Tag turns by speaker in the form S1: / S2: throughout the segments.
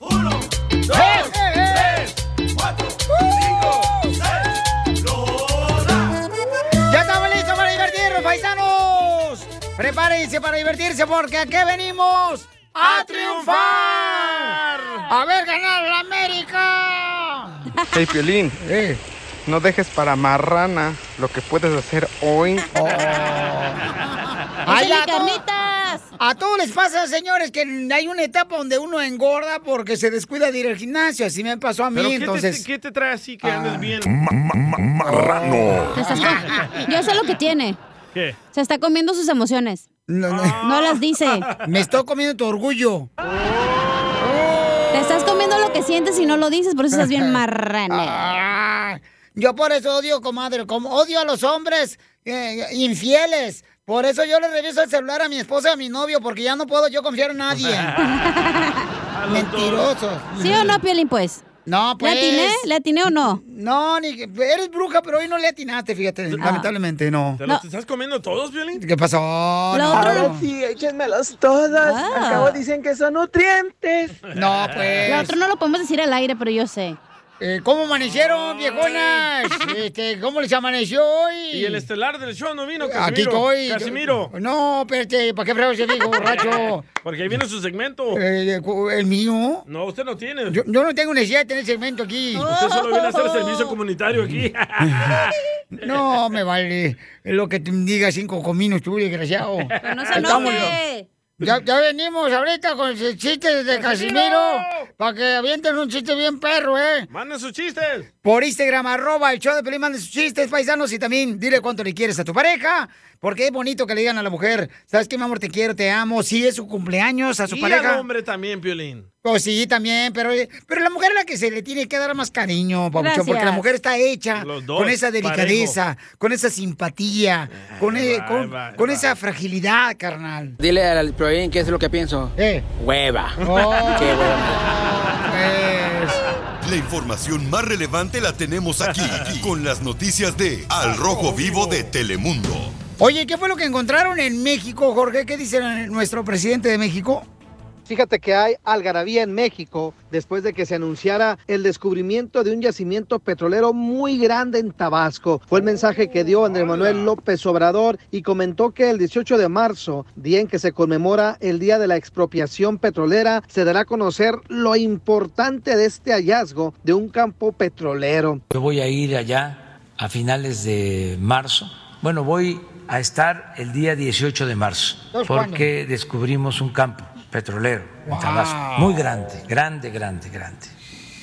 S1: Eh, marche para divertirse porque aquí venimos a triunfar. A ver ganar la América.
S2: Hey, Piolín. No dejes para marrana lo que puedes hacer hoy.
S1: Ay, a to- A todos les pasa, señores, que hay una etapa donde uno engorda porque se descuida de ir al gimnasio. Así me pasó a mí,
S3: Pero ¿qué,
S1: entonces. ah.
S3: te, ¿Qué te trae así que andes bien?
S4: Marrano.
S5: Se estás co- Yo sé lo que tiene.
S3: ¿Qué?
S5: Se está comiendo sus emociones.
S1: No,
S5: las dice.
S1: Me estoy comiendo tu orgullo.
S5: Te estás comiendo lo que sientes y no lo dices, por eso estás bien marrana.
S1: Ah, yo por eso odio, comadre, como odio a los hombres eh, infieles. Por eso yo le reviso el celular a mi esposa y a mi novio, porque ya no puedo yo confiar en nadie. Mentirosos.
S5: ¿Sí o no, Piolín, pues?
S1: Ah, No, pues.
S5: ¿Le atiné? ¿Le atiné o no? Ah.
S1: No, ni eres bruja, pero hoy no le atinaste, fíjate. Lamentablemente no.
S3: Ah. ¿Te, los estás comiendo todos, Violín?
S1: ¿Qué pasó? No.
S6: Ahora sí, échenmelas todas.
S5: Ah.
S6: Al cabo dicen que son nutrientes.
S1: No, pues.
S5: Lo otro no lo podemos decir al aire, pero yo sé.
S1: Eh, ¿Cómo amanecieron, viejonas? Este, ¿Cómo les amaneció hoy?
S3: Y el estelar del show no vino, Casimiro.
S1: Aquí estoy.
S3: Casimiro.
S1: No, espérate, ¿para qué frego se dijo, borracho?
S3: Porque ahí viene su segmento.
S1: Eh, cu- ¿El mío?
S3: No, usted no tiene.
S1: Yo, Oh. yo no tengo necesidad de tener segmento aquí.
S3: Usted solo viene a hacer servicio comunitario aquí.
S1: No, me vale lo que te diga cinco cominos tú, desgraciado.
S5: no
S1: se Estamos- Ya, ya venimos ahorita con Pues, el chiste de Casimiro para que avienten un chiste bien perro, ¿eh?
S3: Manden sus chistes.
S1: Por Instagram, arroba el show de Pelín, manden sus chistes, paisanos, y también dile cuánto le quieres a tu pareja, porque es bonito que le digan a la mujer, ¿sabes qué, mi amor? Te quiero, te amo, si es su cumpleaños, a su
S3: Y al
S1: pareja.
S3: hombre también, Piolín.
S1: Pues sí, también, pero, pero la mujer es la que se le tiene que dar más cariño, papuchón,
S3: Gracias.
S1: porque la mujer está hecha
S3: Los dos,
S1: con esa delicadeza, con esa simpatía, con, eh,
S7: Ah, va,
S1: con-
S7: va,
S1: con esa fragilidad, carnal.
S7: Dile al Proin qué es lo que pienso.
S1: Eh.
S7: Hueva.
S1: Oh. Eh,
S7: Qué hueva.
S4: La información más relevante la tenemos aquí, con las noticias de Al Rojo Vivo de Telemundo.
S1: Oye, ¿qué fue lo que encontraron en México, Jorge? ¿Qué dice nuestro presidente de México?
S6: Fíjate que hay algarabía en México después de que se anunciara el descubrimiento de un yacimiento petrolero muy grande en Tabasco. Fue el mensaje que dio Andrés Manuel López Obrador y comentó que el 18 de marzo, día en que se conmemora el Día de la Expropiación Petrolera, se dará a conocer lo importante de este hallazgo de un campo petrolero.
S8: Yo voy a ir allá a finales de marzo. Bueno, voy a estar el día 18 de marzo
S9: ¿Entonces
S8: porque descubrimos un campo petrolero en
S6: Wow.
S8: Tabasco, muy grande, grande, grande, grande.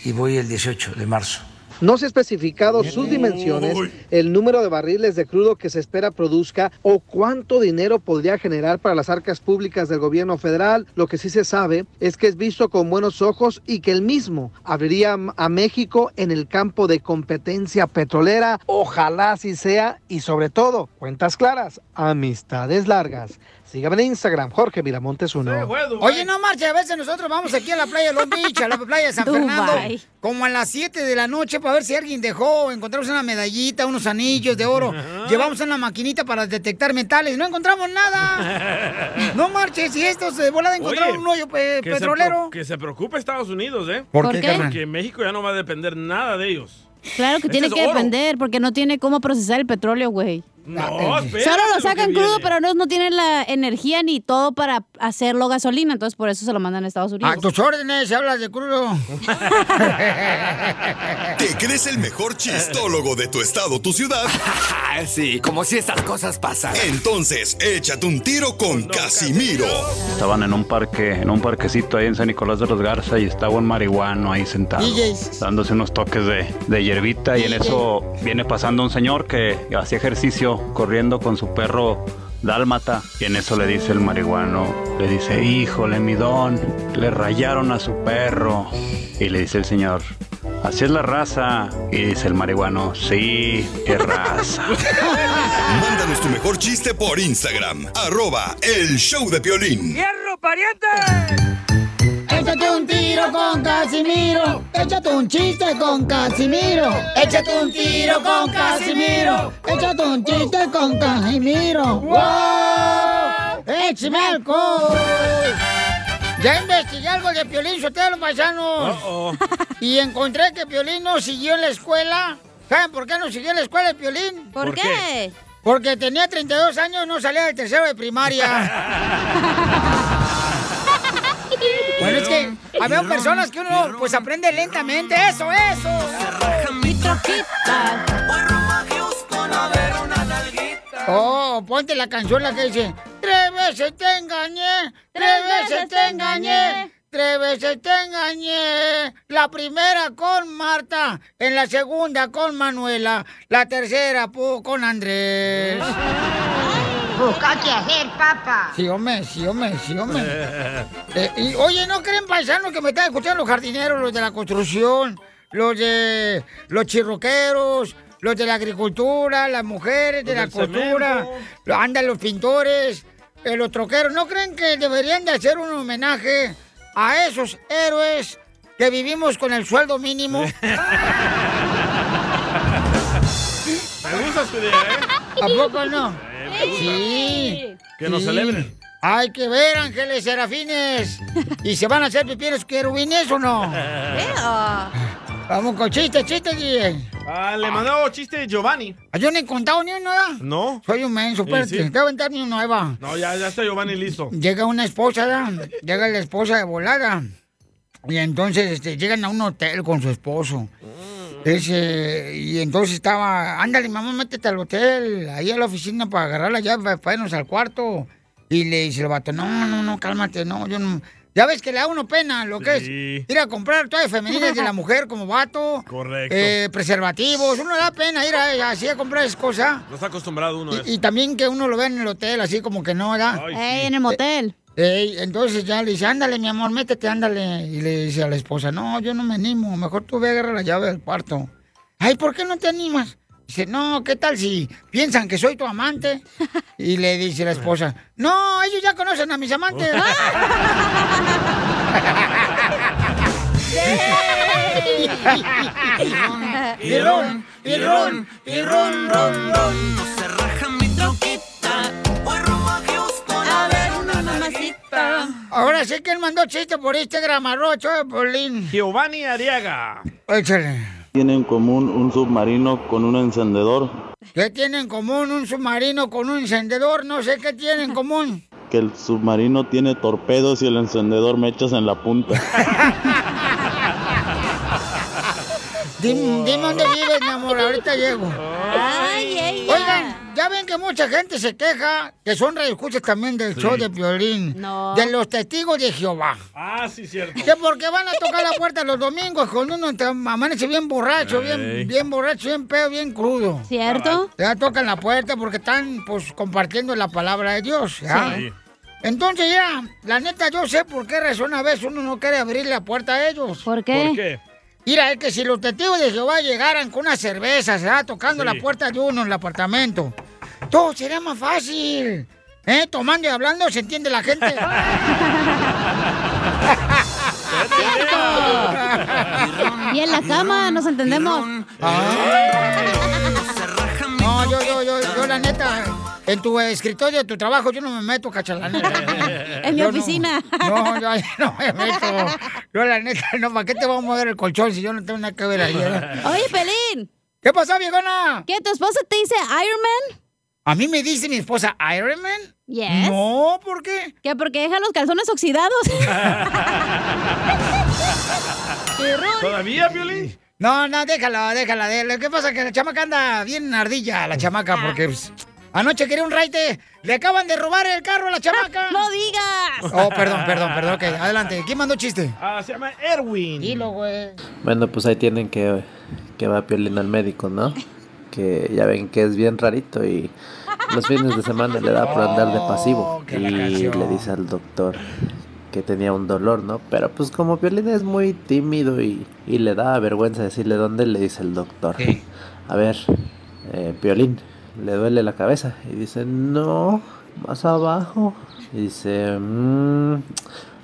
S8: Y voy el 18 de marzo.
S6: No se ha especificado sus dimensiones, el número de barriles de crudo que se espera produzca o cuánto dinero podría generar para las arcas públicas del gobierno federal. Lo que sí se sabe es que es visto con buenos ojos y que el mismo abriría a México en el campo de competencia petrolera. Ojalá así sea y sobre todo, cuentas claras, amistades largas. Sígame en Instagram, Jorge Miramontes uno.
S1: Oye, no marcha, a veces nosotros vamos aquí a la playa de Long Beach, a la playa de San Fernando,
S6: Dubái.
S1: como a las 7 de la noche para ver si alguien dejó, encontramos una medallita, unos anillos de oro, llevamos una maquinita para detectar metales, no encontramos nada. No marches, y estos de volada encontraron
S3: Oye,
S1: un hoyo pe-
S3: Que se
S1: petrolero.
S3: pro- que se preocupe Estados Unidos, ¿eh?
S1: ¿Por ¿Por qué, qué? carnal?
S3: Porque México ya no va a depender nada de ellos.
S5: Claro que
S3: Ese
S5: tiene
S3: es
S5: que
S3: oro.
S5: depender, porque no tiene cómo procesar el petróleo, güey.
S1: Ah,
S3: No,
S1: eh.
S3: espérate
S5: Solo
S3: lo
S5: lo
S3: que
S5: sacan
S3: viene.
S5: crudo, pero no, no tienen la energía ni todo para hacerlo gasolina, entonces por eso se lo mandan a Estados Unidos.
S1: A tus órdenes, hablas de crudo.
S4: ¿Te crees el mejor chistólogo de tu estado, tu ciudad? sí, como si estas cosas pasan. Entonces, échate un tiro con Casimiro.
S10: Estaban en un parque, en un parquecito ahí en San Nicolás de los Garza y estaba un marihuano ahí sentado,
S1: DJs.
S10: dándose unos toques de, de hierbita y en eso viene pasando un señor que hacía ejercicio corriendo con su perro dálmata y en eso le dice el marihuano, le dice, híjole mi don, le rayaron a su perro y le dice el señor, así es la raza y dice el marihuano, sí, es raza.
S4: Mándanos tu mejor chiste por Instagram, arroba el show de Piolín.
S1: ¡Hierro, pariente! Échate un tiro con Casimiro. Échate un chiste con Casimiro. Échate un tiro con Casimiro. Échate un chiste con Casimiro. ¡Wow! ¡Échame alcohol! Ya investigué algo de Piolín Sotelo, paisanos. Y encontré que Piolín no siguió en la escuela. ¿Saben por qué no siguió en la escuela el Piolín?
S5: ¿Por ¿Por qué? qué?
S1: Porque tenía 32 años, no salía del tercero de primaria. bueno, es que había personas que uno pues aprende lentamente. Eso, eso. Oh, ponte la canción la que dice. Tres veces te engañé, tres veces te engañé, tres veces te engañé. La primera con Marta, en la segunda con Manuela, la tercera po- con Andrés.
S11: Busca qué hacer, papá.
S1: Sí, hombre, sí, hombre, sí, hombre. Eh, y, oye, ¿no creen, paisanos, que me están escuchando los jardineros, los de la construcción, los de los chirroqueros, los de la agricultura, las mujeres de
S12: Los
S1: la
S12: del
S1: cultura, lo- andan los pintores, eh, los troqueros? ¿No creen que deberían de hacer un homenaje a esos héroes que vivimos con el sueldo mínimo?
S3: Me gusta su idea, ¿eh?
S1: ¿A poco no? Sí.
S3: Que nos
S1: Sí.
S3: celebren.
S1: Hay que ver, ángeles serafines. ¿Y se van a hacer pipieros querubines o no? Vamos con chiste, chiste, DJ.
S3: Ah, le mandó chiste de Giovanni.
S1: Ah, Yo no he contado ni uno, ¿verdad?
S3: ¿No?
S1: Soy un menso,
S3: Sí,
S1: espérate.
S3: sí.
S1: Te voy a aventar ni uno, ahí va.
S3: No, ya, ya está Giovanni listo.
S1: Llega una esposa, ¿verdad? Llega la esposa de volada. Y entonces este, llegan a un hotel con su esposo. Ese, y entonces estaba, ándale, mamá, métete al hotel, ahí a la oficina para agarrar la llave, para, irnos al cuarto. Y le dice el vato, no, no, no, cálmate, no, yo no. Ya ves que le da uno pena lo que es ir a comprar todas femeninas de la mujer como vato.
S3: Correcto.
S1: eh, preservativos, uno le da pena ir a- así a comprar esas cosas.
S3: No está acostumbrado uno a eso.
S1: Y también que uno lo vea en el hotel, así como que no, ¿verdad?
S3: pues. Ay, sí. Ey,
S1: en el motel. entonces ya le dice, ándale, mi amor, métete, ándale. Y le dice a la esposa, no, yo no me animo, mejor tú ve, agarra la llave del cuarto. Ay, ¿por qué no te animas? Dice, no, ¿qué tal si piensan que soy tu amante? Y le dice la esposa, no, ellos ya conocen a mis amantes.
S12: Y ron, y ron, y ron, ron, ron. No se raja mi troquita. Voy rumbo a Houston a ver una mamacita.
S1: Ahora sí que él mandó chiste por Instagram, arrocho de Polín.
S3: Giovanni Ariaga.
S1: Échale.
S13: Tiene en común un submarino con un encendedor
S1: ¿Qué tienen en común un submarino con un encendedor? No sé qué tienen en común.
S13: que el submarino tiene torpedos y el encendedor mechas en la punta.
S1: Dime, dime dónde vives, mi amor, ahorita llego. Oigan, ya ven que mucha gente se queja, que son radioescuchas también del show de violín, de los testigos de Jehová.
S3: Ah, sí, cierto.
S1: Que porque van a tocar la puerta los domingos cuando uno te- amanece bien borracho, bien, bien borracho, bien pedo, bien crudo. ¿Cierto? Ya tocan la puerta porque están pues compartiendo la palabra de Dios. ¿ya?
S12: Sí.
S1: Entonces ya, la neta yo sé por qué razón a veces uno no quiere abrir la puerta a ellos. ¿Por
S12: qué? ¿Por qué?
S1: Mira, es que si los testigos de Jehová llegaran con unas cervezas, ¿verdad? tocando
S12: Sí.
S1: la puerta de uno en el apartamento, todo sería más fácil. ¿Eh? Tomando y hablando se entiende la gente.
S5: Y en la cama nos entendemos.
S1: Ah. No, yo, yo, yo, yo, la neta, en tu escritorio, en tu trabajo, yo no me meto, cacha, la neta.
S5: En mi
S1: Yo no-
S5: oficina.
S1: No, yo ahí no me meto. Yo, la neta, no, ¿para qué te vamos a mover el colchón si yo no tengo nada que ver ahí? eh?
S5: Oye, Pelín.
S1: ¿Qué pasó, viejona?
S5: ¿Qué? ¿Tu esposa te dice Iron Man?
S1: A mí me dice mi esposa, ¿Iron Man?
S5: Yes.
S1: No, ¿por qué?
S5: Que porque deja los calzones oxidados.
S3: ¿Todavía, Piolín?
S1: No, no, déjala, déjala, déjala. ¿Qué pasa? Que la chamaca anda bien ardilla, la
S5: Ah.
S1: chamaca, porque pues, anoche quería un raite. Le acaban de robar el carro a la chamaca.
S5: ¡No digas!
S1: Oh, perdón, perdón, perdón. Ok, adelante. ¿Quién mandó chiste?
S3: Ah, se llama Erwin.
S1: Dilo, güey.
S14: Bueno, pues ahí tienen que, que va Piolín al médico, ¿no? Que ya ven que es bien rarito y los fines de semana le da por andar de pasivo.
S1: qué la
S14: Y
S1: canción.
S14: le dice al doctor que tenía un dolor, ¿no? Pero pues como Piolín es muy tímido y, y le da vergüenza decirle dónde, le dice el doctor. A ver, eh, Piolín, le duele la cabeza. Y dice, no, más abajo. Y dice, "Mm,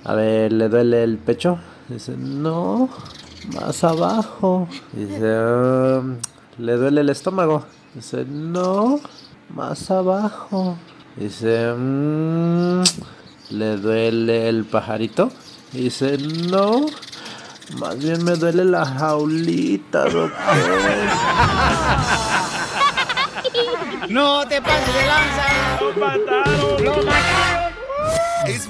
S14: a ver, ¿le duele el pecho? Dice, no, más abajo. Dice, "Mm, ¿le duele el estómago? Dice, no, más abajo. Dice, "Mm, ¿le duele el pajarito? Dice, no, más bien me duele la jaulita, doctor.
S1: No te pases de lanza. Lo mataron. Lo mataron.
S4: Es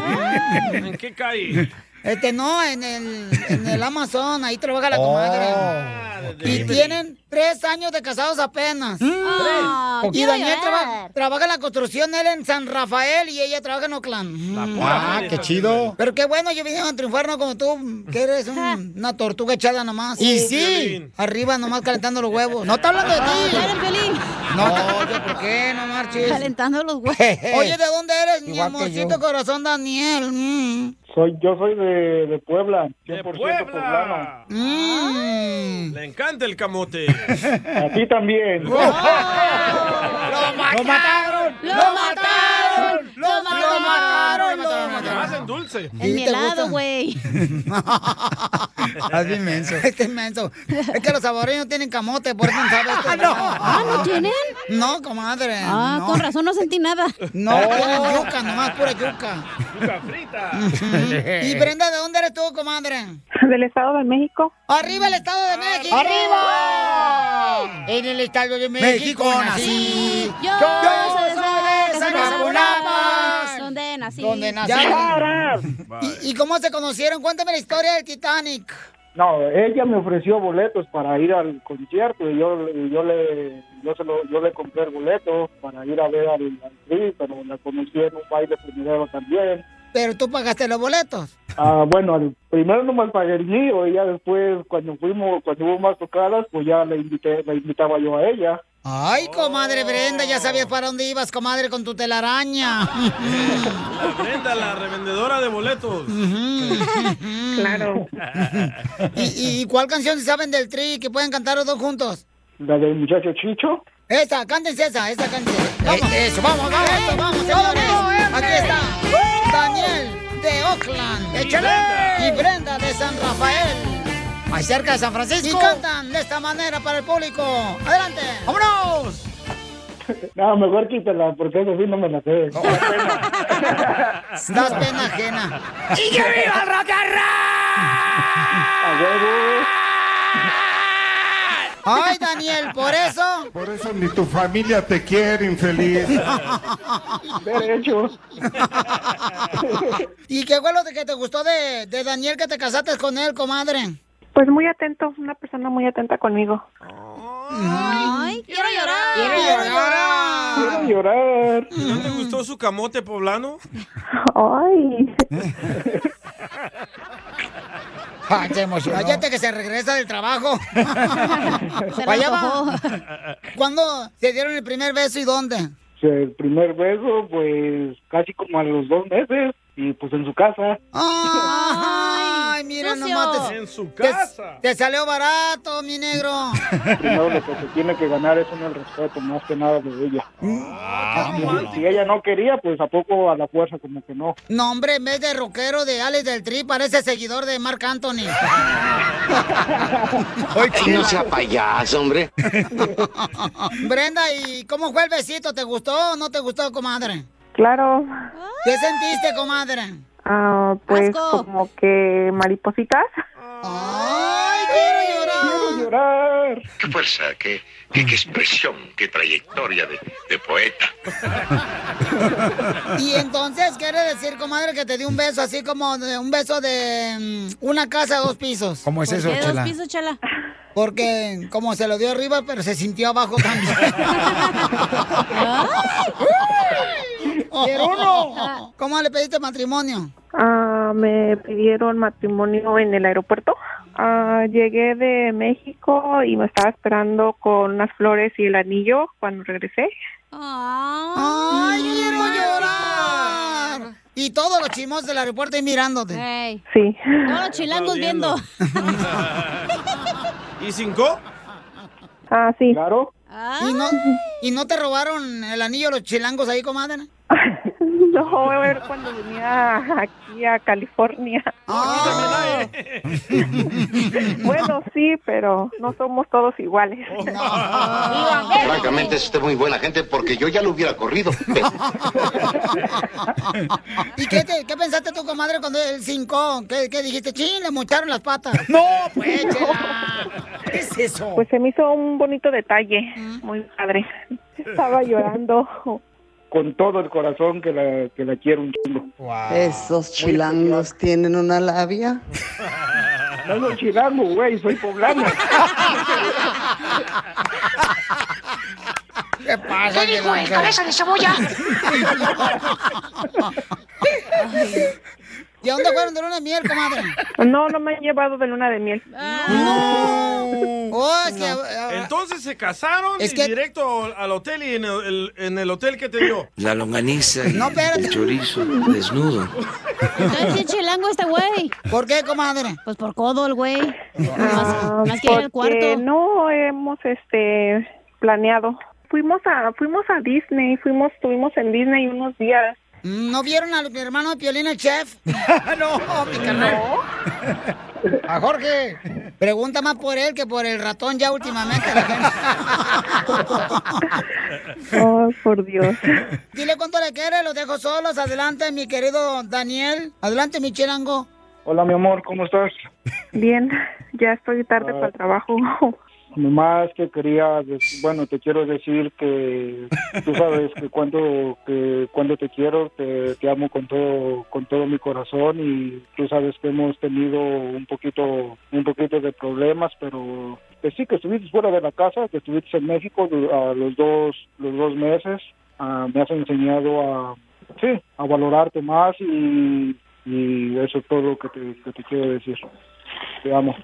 S3: ¿En qué caí?
S1: Este no, en el, en el Amazon, ahí trabaja la
S15: Oh.
S1: comadre. Y tienen tres años de casados apenas.
S15: Mm.
S12: Ah,
S1: y
S12: quiero
S1: Daniel
S12: llorar.
S1: traba- trabaja en la construcción, él en San Rafael y ella trabaja en Oakland. Mm.
S15: Ah, qué chido.
S1: Pero qué bueno, yo vine a triunfar, no como tú, que eres un- una tortuga echada nomás.
S15: Y
S1: Uh,
S15: sí.
S1: Piolín. arriba nomás calentando los huevos. No está hablando de ti.
S5: Claro, Piolín.
S1: No, yo por qué, no marches.
S5: Calentando los huevos.
S1: Oye, ¿de dónde eres, mi
S5: Igual que
S1: amorcito
S5: yo.
S1: corazón, Daniel? Mm.
S16: Soy, yo soy de, de Puebla, 100%
S3: Puebla. Le encanta el camote.
S16: poblano. A ti también.
S3: ¡Oh! ¡Lo mataron!
S12: ¡Lo mataron!
S1: ¡Lo mataron!
S3: ¡Lo mataron! Más en dulce.
S1: ¿Y te gusta?
S15: Hazme inmenso.
S1: Este inmenso. Es que los saboreños tienen camote, por eso no sabes. Ah,
S5: no. Ah, ¿no tienen?
S1: No, comadre.
S5: Ah,
S1: no.
S5: con Oh. razón no sentí nada.
S1: No, tienen yuca, nomás pura yuca. Yuca frita. y Brenda, ¿de dónde eres tú, comadre?
S17: Del Estado de México.
S1: ¡Arriba el Estado de México!
S12: ¡Arriba!
S1: En el Estado de México, nací. Yo, soy de Zacatecas,
S5: Donde nací.
S1: Donde nací. ¿Y, y cómo se conocieron? Cuéntame la historia del Titanic.
S16: No, ella me ofreció boletos para ir al concierto y yo, y yo le yo se lo- yo le compré el boleto para ir a ver al al Tri, pero la conocí en un baile primero también.
S1: Pero tú pagaste los boletos.
S16: Ah, bueno, al- primero nomás pagué el mío y ya después cuando fuimos, cuando hubo más tocadas, pues ya le invité, la invitaba yo a ella.
S1: Ay, comadre Brenda, ya sabías para dónde ibas, comadre, con tu telaraña.
S3: La Brenda, la revendedora de boletos.
S1: claro. ¿Y, y cuál canción se saben del tri que pueden cantar los dos juntos?
S16: La del muchacho Chicho.
S1: Esa, cántense esa, esa cántense. Vamos, eso, vamos, vamos, esto, vamos, señores. Aquí está. Daniel de Oakland.
S12: Échale.
S1: eh. Y Brenda de San Rafael. Ahí cerca de San Francisco. Y cantan de esta manera para el público. Adelante. ¡Vámonos!
S16: No, mejor quítala porque eso sí no me la sé.
S1: Das pena ajena.
S12: ¡Y que viva el rock and
S1: Ay, Daniel, por eso.
S18: Por eso ni tu familia te quiere, infeliz.
S16: Derechos.
S1: ¿Y qué fue lo de que te gustó de, de Daniel que te casaste con él, comadre?
S17: Pues muy atento, una persona muy atenta conmigo.
S5: Ay, quiero llorar.
S1: Quiero llorar.
S16: Quiero llorar.
S3: ¿No te gustó su camote poblano?
S17: Ay.
S1: Ay, se Ah, emocionó. Cállate que se regresa del trabajo.
S12: Se
S1: Para allá va. ¿Cuándo se dieron el primer beso y dónde?
S16: El primer beso, pues casi como a los dos meses y pues en su casa.
S19: Ah.
S1: Ay, mira
S12: sucio.
S1: nomás. Te,
S12: En su
S1: te-
S12: casa.
S1: Te, salió barato, mi negro.
S16: Primero lo que se tiene que ganar es uno el respeto, más que nada de ella.
S19: Mm. Ah,
S16: Si- si ella no quería, pues a poco a la fuerza como que no.
S1: No, hombre, en vez de rockero de Alex del Tri, parece seguidor de Marc Anthony.
S9: Ay, no sea payaso, hombre.
S1: Brenda, ¿y cómo fue el besito? ¿Te gustó o no te gustó, comadre?
S17: Claro.
S1: ¿Qué sentiste, comadre?
S17: Ah, pues como que maripositas.
S1: ¡Ay, quiero llorar!
S16: llorar!
S13: Qué fuerza, qué, qué, qué expresión, qué trayectoria de, de poeta.
S1: Y entonces quiere decir, comadre, que te di un beso así como de- un beso de mm, una casa de dos pisos.
S15: ¿Cómo es ¿Por eso, qué dos Chela? pisos,
S1: chela? Porque como se lo dio arriba, pero se sintió abajo también. ¡Pero uno! ¿Cómo le pediste matrimonio?
S17: Ah, me pidieron matrimonio en el aeropuerto. Ah, llegué de México y me estaba esperando con unas flores y el anillo cuando regresé.
S1: ¡Ay, quiero llorar! Y todos los chismosos del aeropuerto ahí mirándote.
S17: Sí.
S5: Todos los chilangos viendo.
S3: ¿Y cinco?
S17: Ah, sí.
S16: Claro.
S1: ¿Y no, ¿Y no te robaron el anillo los chilangos ahí, comadre?
S17: No, a ver cuando venía aquí a California. bueno, sí, pero no somos todos iguales.
S9: Francamente, es usted muy buena gente porque yo ya lo hubiera corrido.
S1: ¿Y qué, te- qué pensaste tú, comadre, cuando el cinco? ¿Qué, qué dijiste? ¡Chin! Le mocharon las patas. ¡No, pues! ¿Qué es eso?
S17: Pues se me hizo un bonito detalle,
S5: Mm.
S17: muy padre. Estaba llorando.
S16: Con todo el corazón que la, que la quiero un chingo.
S19: Esos chilangos tienen una labia.
S16: No soy chilango, güey, soy poblano.
S1: ¿Qué pasa?
S12: ¿Qué dijo el cabeza de cebolla?
S1: ¿Y a dónde fueron de luna de miel, comadre?
S17: No, no me han llevado de luna de miel.
S1: Oh, es que...
S3: Entonces se casaron
S1: Es
S3: y
S1: que-
S3: directo al hotel y en el, el- en el hotel que te dio.
S8: La longaniza y
S3: No, espérate.
S8: el chorizo desnudo.
S5: Entonces, sí es chilango este güey.
S1: ¿Por qué, comadre?
S5: Pues por codo el güey.
S17: Ah,
S5: más que ir al
S17: porque
S5: cuarto.
S17: No hemos este planeado. Fuimos a fuimos a Disney, fuimos estuvimos en Disney unos días.
S1: ¿No vieron al hermano de Piolín, el chef? no, mi carnal. A Jorge. Pregunta más por él que por el ratón ya últimamente. la gente.
S17: Oh, por Dios.
S1: Dile cuánto le quiere, los dejo solos. Adelante, mi querido Daniel. Adelante, mi chilango.
S16: Hola, mi amor, ¿cómo estás?
S17: Bien, ya estoy tarde
S16: Ah.
S17: para el trabajo.
S16: Nomás que quería, dec- bueno, te quiero decir que tú sabes que cuando, que cuando te quiero, te, te amo con todo, con todo mi corazón y tú sabes que hemos tenido un poquito, un poquito de problemas, pero que sí, que estuviste fuera de la casa, que estuviste en México du- a los dos, los dos meses, Ah, me has enseñado a, sí, a valorarte más y, y eso es todo lo que te, que te quiero decir. Te amo.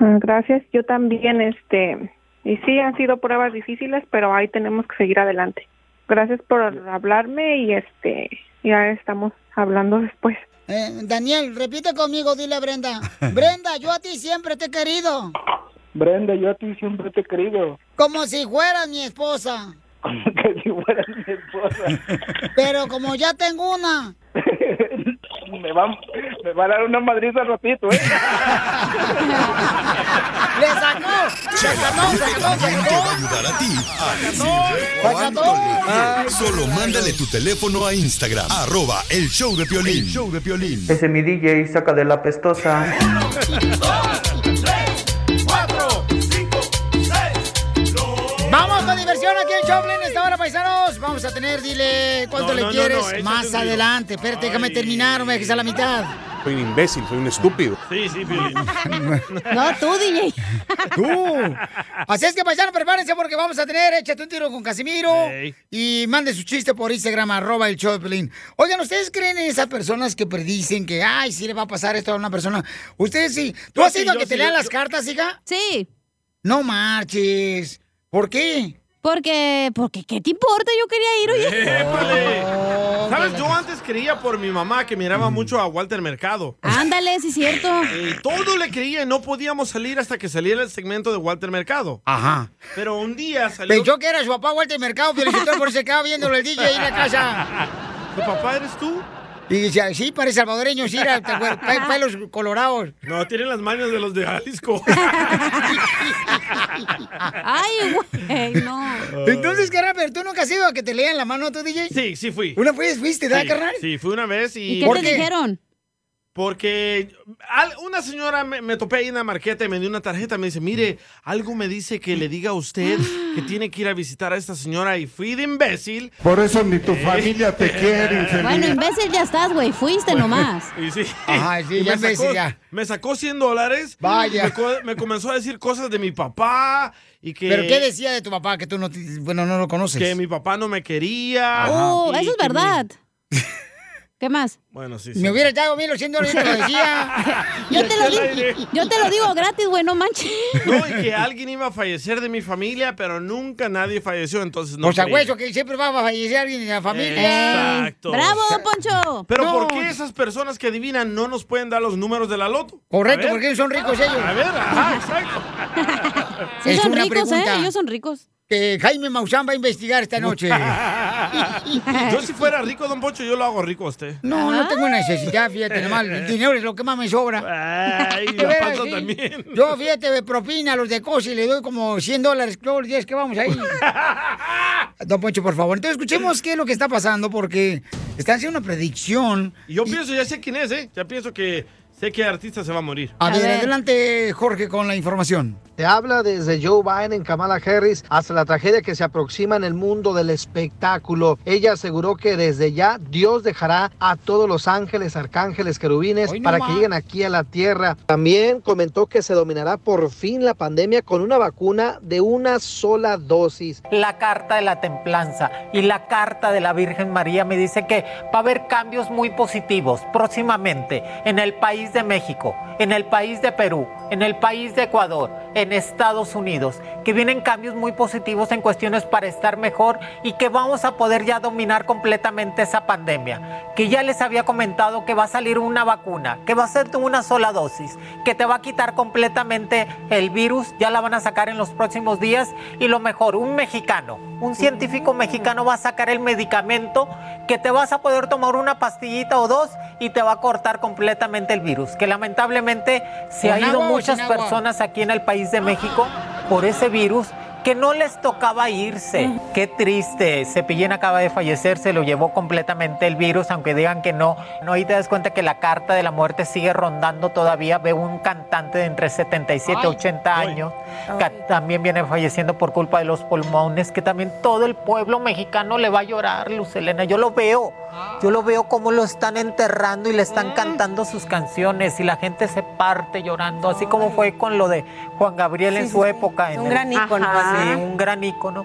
S17: Ah, Gracias. Yo también este y sí han sido pruebas difíciles, pero ahí tenemos que seguir adelante. Gracias por hablarme y este ya estamos hablando después.
S1: Eh, Daniel, repite conmigo, dile a Brenda. Brenda, yo a ti siempre te he querido.
S16: Brenda, yo a ti siempre te he querido.
S1: Como si fueras mi esposa.
S16: que si fueras mi esposa,
S1: Pero como ya tengo una.
S16: me va, me va a dar una madriza al ratito, ¿eh?
S1: ¡Le sacó!
S4: También te va a ayudar a ti a decirle cuánto le quieres. Solo mándale tu teléfono a Instagram, arroba el show de Piolín. show de Piolín.
S20: Ese mi DJ saca de la pestosa.
S1: Vamos con diversión aquí en Choplin. Esta hora, paisanos. Vamos a tener, dile cuánto
S10: No,
S1: le
S10: no, no,
S1: quieres
S10: no, échate un
S1: más
S10: tiro.
S1: adelante. Espérate, déjame terminar, no me dejes a la mitad.
S10: Soy un imbécil, soy un estúpido.
S3: Sí, sí, Piolín.
S1: No, tú, DJ.
S10: Tú.
S1: Así es que, paisanos, prepárense porque vamos a tener Échate un tiro con Casimiro.
S3: Ey.
S1: Y mande su chiste por Instagram, arroba el Choplin. Oigan, ¿ustedes creen en esas personas que predicen que, ay, sí le va a pasar esto a una persona? Ustedes sí. ¿Tú
S5: Yo
S1: has
S5: sí,
S1: ido a
S5: yo
S1: que te
S5: sí,
S1: lean
S5: yo-
S1: las cartas, hija?
S5: Sí.
S1: No marches. ¿Por qué?
S5: Porque, porque, ¿qué te importa? Yo quería ir, oye.
S3: ¡Épale! ¿Sabes? Yo antes creía por mi mamá que miraba
S1: Mm.
S3: mucho a Walter Mercado.
S5: Ándale, sí es cierto.
S3: Y todo le creía y no podíamos salir hasta que saliera el segmento de Walter Mercado.
S1: Ajá.
S3: Pero un día salió...
S1: Pensó que era su papá Walter Mercado, pero por se quedaba viéndolo el DJ ahí en la casa.
S3: ¿Tu papá eres tú?
S1: Y dice, sí, parece salvadoreño, sí, era- te acuer- pe- pelos colorados.
S3: No, tienen Ah, las manos de los de Jalisco.
S5: Ay, güey, no.
S1: Entonces, carnal, pero tú nunca has ido a que te lean la mano tú, DJ.
S3: Sí, sí fui.
S1: Una vez fuiste, ¿verdad,
S3: Sí,
S1: carnal?
S3: Sí, fui una vez y...
S1: ¿Y qué ¿Por te qué? dijeron?
S3: Porque al- una señora me, me topé ahí en la marqueta y me dio una tarjeta. Me dice, mire, algo me dice que le diga a usted que tiene que ir a visitar a esta señora. Y fui de imbécil.
S13: Por eso ni tu familia te quiere,
S5: Bueno,
S13: infeliz.
S5: imbécil ya estás, güey. Fuiste nomás.
S3: Y sí.
S1: Ajá, sí,
S3: Y
S1: ya
S3: me sacó-
S1: imbécil, ya.
S3: Me sacó 100 dólares.
S1: Vaya.
S3: Me, co- me comenzó a decir cosas de mi papá y que...
S1: ¿Pero qué decía de tu papá que tú no, te- bueno, no lo conoces?
S3: Que mi papá no me quería.
S5: Oh,
S3: y
S5: eso es
S3: que mi-
S5: verdad. Que, ¿Qué más?
S3: Bueno, sí, sí.
S1: Me hubiera dado 1800 ahorita lo decía.
S5: Yo te lo, di- yo te lo digo gratis, güey, no manches.
S3: No, y que alguien iba a fallecer de mi familia, pero nunca nadie falleció, entonces no.
S1: o sea,
S3: creí.
S1: hueso, que siempre va a fallecer alguien en la familia.
S3: Exacto.
S5: Poncho!
S3: Pero
S1: No.
S3: ¿por qué esas personas que adivinan no nos pueden dar los números de la loto?
S1: Correcto,
S3: A ver.
S1: porque son ricos ellos.
S3: A ver, ajá, exacto.
S5: Sí,
S1: Es
S5: son
S1: una
S5: ricos,
S1: pregunta.
S5: ¿eh? Ellos son ricos.
S1: Que Jaime Maussan va a investigar esta noche.
S3: Yo si fuera rico, don Pocho, yo lo hago rico a usted.
S1: No, no tengo necesidad, fíjate, nomás el dinero es lo que más me sobra.
S3: Ay,
S1: De
S3: la
S1: veras,
S3: panza
S1: sí.
S3: también.
S1: Yo, fíjate, de propina a los de Cosi le doy como 100 dólares todos los días que vamos ahí. Don Poncho, por favor. Entonces, escuchemos qué es lo que está pasando, porque están haciendo una predicción.
S3: Y yo pienso, ya sé quién es, ¿eh? Ya pienso que sé qué artista se va a morir.
S1: A, ver, adelante, Jorge, con la información.
S6: Se habla desde Joe Biden, Kamala Harris, hasta la tragedia que se aproxima en el mundo del espectáculo. Ella aseguró que desde ya Dios dejará a todos los ángeles, arcángeles, querubines
S21: Hoy no
S6: para
S21: más.
S6: que lleguen aquí a la tierra. También comentó que se dominará por fin la pandemia con una vacuna de una sola dosis.
S21: La carta de la templanza y la carta de la Virgen María me dice que va a haber cambios muy positivos próximamente en el país de México, en el país de Perú, en el país de Ecuador, en Estados Unidos, que vienen cambios muy positivos en cuestiones para estar mejor y que vamos a poder ya dominar completamente esa pandemia. Que ya les había comentado que va a salir una vacuna, que va a ser de una sola dosis, que te va a quitar completamente el virus, ya la van a sacar en los próximos días y lo mejor, un mexicano, un científico mexicano va a sacar el medicamento que te vas a poder tomar una pastillita o dos y te va a cortar completamente el virus, que lamentablemente se
S17: ¿Con
S21: ha ido
S17: agua o
S21: muchas
S17: sin agua?
S21: personas aquí en el país de México por ese virus que no les tocaba irse. Qué triste. Cepillín acaba de fallecer, se lo llevó completamente el virus, aunque digan que no. No, y te das cuenta que la carta de la muerte sigue rondando todavía. Veo un cantante de entre 77 y
S17: Ay.
S21: 80 años que también viene falleciendo por culpa de los pulmones, que también todo el pueblo mexicano le va a llorar, Luz Elena. Yo lo veo. Yo lo veo como lo están enterrando y le están
S17: Mm.
S21: cantando sus canciones y la gente se parte llorando, así como fue con lo de Juan Gabriel en
S17: Sí,
S21: su
S17: sí, sí.
S21: época. en
S17: Un
S21: el-
S17: gran ícono,
S21: Ajá.
S17: así.
S21: Sí, un gran ícono.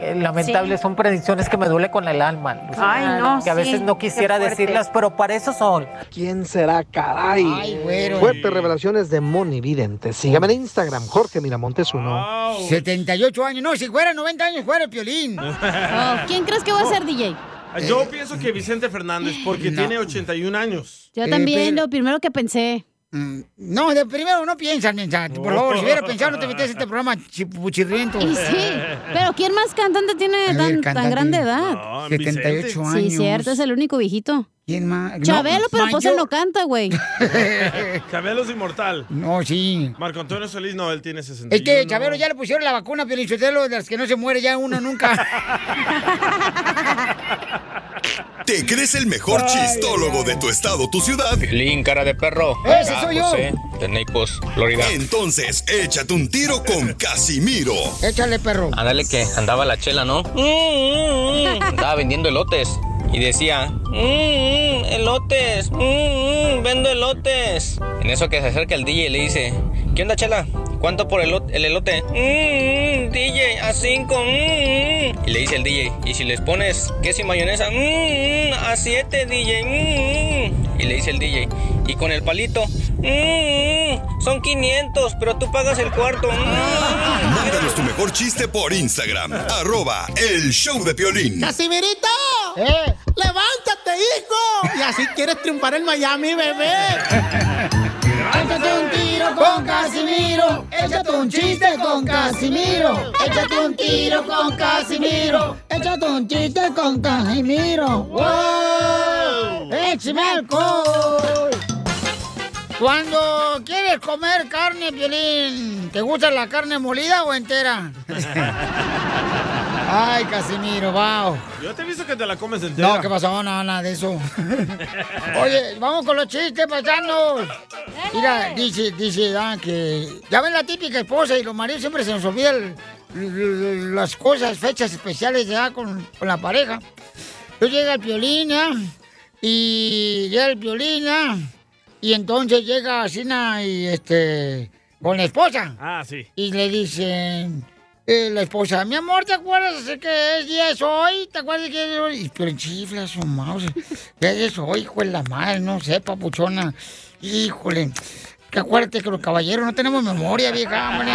S21: Eh, Lamentable, son predicciones que me duele con el alma. Luz
S17: Ay,
S21: Elena,
S17: no,
S21: Que a
S17: sí,
S21: veces no
S17: qué
S21: quisiera
S17: fuerte.
S21: decirlas, pero para eso son.
S6: ¿Quién será, caray? Fuertes revelaciones de Moni Vidente. Sígame en Instagram, Jorge Miramontes uno.
S1: 78 años. No, si fuera 90 años, fuera el piolín.
S5: Oh, ¿Quién crees que va a ser DJ?
S3: Eh, Yo pienso que Vicente Fernández, porque tiene 81 años.
S1: Eh,
S5: Yo también, lo primero que pensé.
S1: Mm, No, de primero no piensas, mensa. Por favor, si hubiera pensado, no te metes en este programa chipuchirriento.
S5: Y sí, pero ¿quién más cantante tiene tan, tan
S1: cantante.
S5: grande edad?
S3: Ah,
S1: No, 78 Vicente.
S5: Sí,
S1: años.
S5: cierto, es el único viejito.
S1: ¿Quién más? No,
S5: Chabelo, pero pues él
S1: mayor-
S5: no canta, güey.
S3: Chabelo es inmortal.
S1: No, sí.
S3: Marco Antonio Solís, no, él tiene 61.
S1: Es que Chabelo ya le pusieron la vacuna, Piolín Sotelo, de las que no se muere ya uno nunca.
S4: ¿Te crees el mejor chistólogo de tu estado, tu ciudad? Link, cara de perro. Ah, pues
S1: Ese soy yo.
S4: de Naples, Florida. Entonces, échate un tiro con Casimiro.
S1: Échale, perro.
S22: Ándale que andaba la chela, ¿no?
S12: Mm,
S22: Mm, Andaba vendiendo elotes y decía, "Mm, mm, elotes, mm, mm, vendo elotes. En eso que se acerca el DJ y le dice, ¿qué onda chela? ¿Cuánto por elo- el elote? "Mm, mm, DJ, a 5. Y le dice el DJ, ¿y si les pones queso y mayonesa? "Mm, mm, a 7, DJ. mm, mm". Y le dice el DJ, ¿y con el palito? "Mm, mm, son 500, pero tú pagas el cuarto. mm".
S4: Mándanos tu mejor chiste por Instagram, arroba el show de Piolín.
S9: ¡Casimirito! Eh. ¡Levántate, hijo! Y así quieres triunfar en Miami, bebé.
S1: Échate un tiro con Casimiro. Échate un chiste con Casimiro.
S9: Échate un tiro con Casimiro.
S1: Échate un chiste con Casimiro. ¡Wow! ¡Échame alcohol! Cuando quieres comer carne, Piolín, ¿te gusta la carne molida o entera? Ay, Casimiro, wow.
S3: Yo te he visto que te la comes entera.
S1: No, ¿qué pasó? No, nada de eso. Oye, vamos con los chistes, paisanos. Mira, dice, dice, ah, que... Ya ven la típica esposa y los maridos siempre se nos olvidan las cosas, fechas especiales ya con, con la pareja. Yo llega el violín, ¿eh? Y llega el violín, ¿eh? Y entonces llega Sina y este... Con la esposa.
S3: Ah, sí.
S1: Y le dicen, eh, la esposa, mi amor, ¿te acuerdas que es día es hoy? ¿Te acuerdas que es hoy? Y pero chifla su mouse. ¿Qué es hoy, hijo de la madre? No sé, papuchona. Híjole. Que acuérdate que los caballeros no tenemos memoria, vieja, hombre.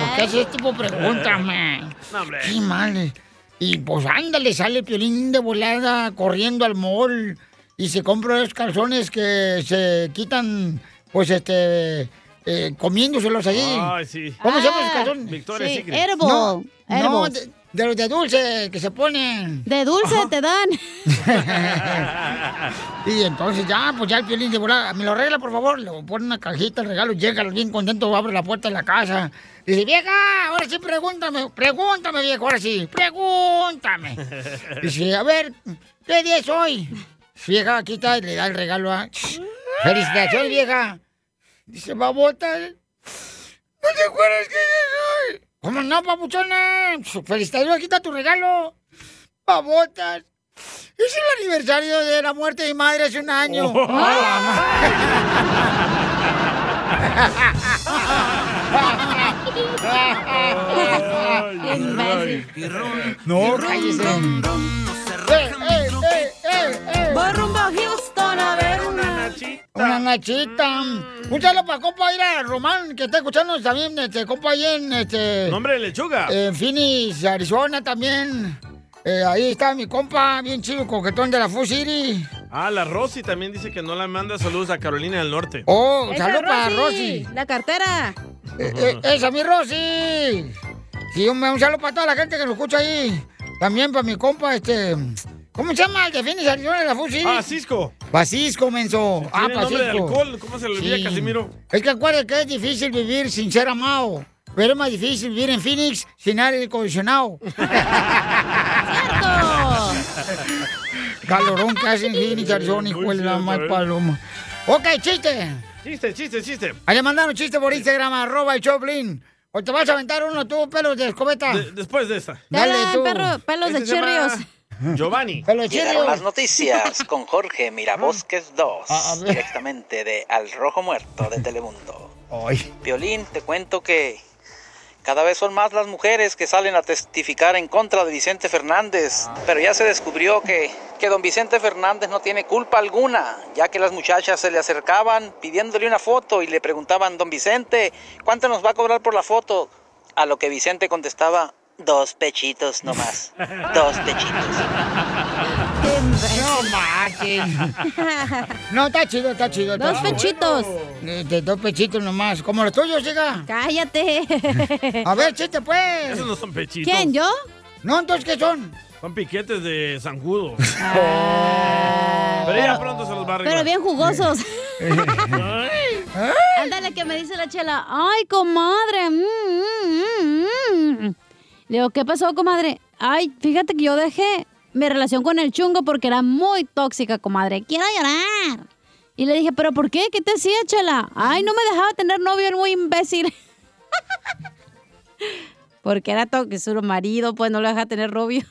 S1: ¿Por qué haces este tipo de preguntas, man?
S12: No, hombre.
S1: Qué mal. Y pues ándale, sale Piolín de volada corriendo al mall y se compra los calzones que se quitan, pues este, eh, comiéndoselos allí.
S3: Ay, sí.
S1: ¿Cómo se llaman los calzones?
S3: Victoria's Secret.
S1: No, no,
S5: Ah, Herbal.
S1: de, de los de dulce que se ponen.
S5: De dulce te dan.
S1: Y entonces ya, pues ya el piolín de volada, me lo arregla por favor, le pone una cajita, el regalo, llega bien contento, abre la puerta de la casa. Dice, vieja, ahora sí pregúntame, pregúntame viejo, ahora sí, pregúntame. Dice, a ver, ¿qué día es hoy? Vieja, aquí está, y le da el regalo a... Felicitaciones, vieja. Dice, babota, ¿no te acuerdas qué día es hoy? ¿Cómo no, papuchona? Felicitaciones, aquí está tu regalo. Babotas. Es el aniversario de la muerte de mi madre hace un año.
S12: No,
S1: cállese.
S12: Eh,
S5: Voy rumbo a Houston a ver una
S1: nachita. Una nachita. Un saludo para compa ir a Román, que está escuchando también, este compa ahí en este.
S3: Nombre de lechuga.
S1: En Phoenix, Arizona también. Eh, ahí está mi compa, bien chido, coquetón de la Food City.
S3: Ah, la Rosy también dice que no le manda saludos a Carolina del Norte.
S1: Oh, saludo para Rosy.
S5: La cartera.
S1: Eh, eh, ¡Esa mi Rosy! Sí, un, un saludo para toda la gente que lo escucha ahí. También para mi compa, este... ¿Cómo se llama el de Phoenix, Arizona, de la Food City?
S3: Ah, Cisco.
S1: Francisco, menso. Ah,
S3: Tiene nombre de
S1: Francisco.
S3: alcohol. ¿Cómo se le olvida,
S1: Sí.
S3: Casimiro?
S1: Es que acuérdate que es difícil vivir sin ser amado. Pero es más difícil vivir en Phoenix sin aire acondicionado. Calorón que hace en Phoenix, Arizona, hijo de la mal paloma. Ok, chiste.
S3: Chiste, chiste, chiste.
S1: Ahí le mandaron chiste por Instagram, arroba el Choplin. O te vas a aventar uno tú, pelos de escopeta.
S3: De- después de esta.
S1: Ah. Dale tú.
S5: pelos de
S3: se llama
S5: chirrios.
S3: Giovanni.
S7: Llegaron las noticias con Jorge Mirabosques 2, directamente de Al Rojo Muerto de Telemundo. Violín, te cuento que cada vez son más las mujeres que salen a testificar en contra de Vicente Fernández, pero ya se descubrió que, que don Vicente Fernández no tiene culpa alguna, ya que las muchachas se le acercaban pidiéndole una foto y le preguntaban, don Vicente, ¿cuánto nos va a cobrar por la foto? A lo que Vicente contestaba, dos pechitos nomás, dos
S1: No manches. No, está chido, está chido. está
S5: Dos
S1: chido.
S5: pechitos.
S1: Eh, De dos pechitos nomás. Como los tuyos, chica.
S5: Cállate.
S1: A ver, chiste, pues.
S3: Esos no son pechitos.
S5: ¿Yo?
S1: No, entonces, ¿qué son?
S3: Son piquetes de zancudo.
S1: Ah.
S3: Pero ya pronto se los va a arreglar.
S5: Pero bien jugosos. Ándale, que me dice la chela. Ay, comadre. mm, mm, mm, mm". Le digo, ¿qué pasó, comadre? Ay, fíjate que yo dejé mi relación con el chungo porque era muy tóxica, comadre. Quiero llorar. Y le dije, ¿pero por qué? ¿Qué te hacía, chela? Ay, no me dejaba tener novio, era muy imbécil. porque era tóxico, su marido, pues no lo dejaba tener novio.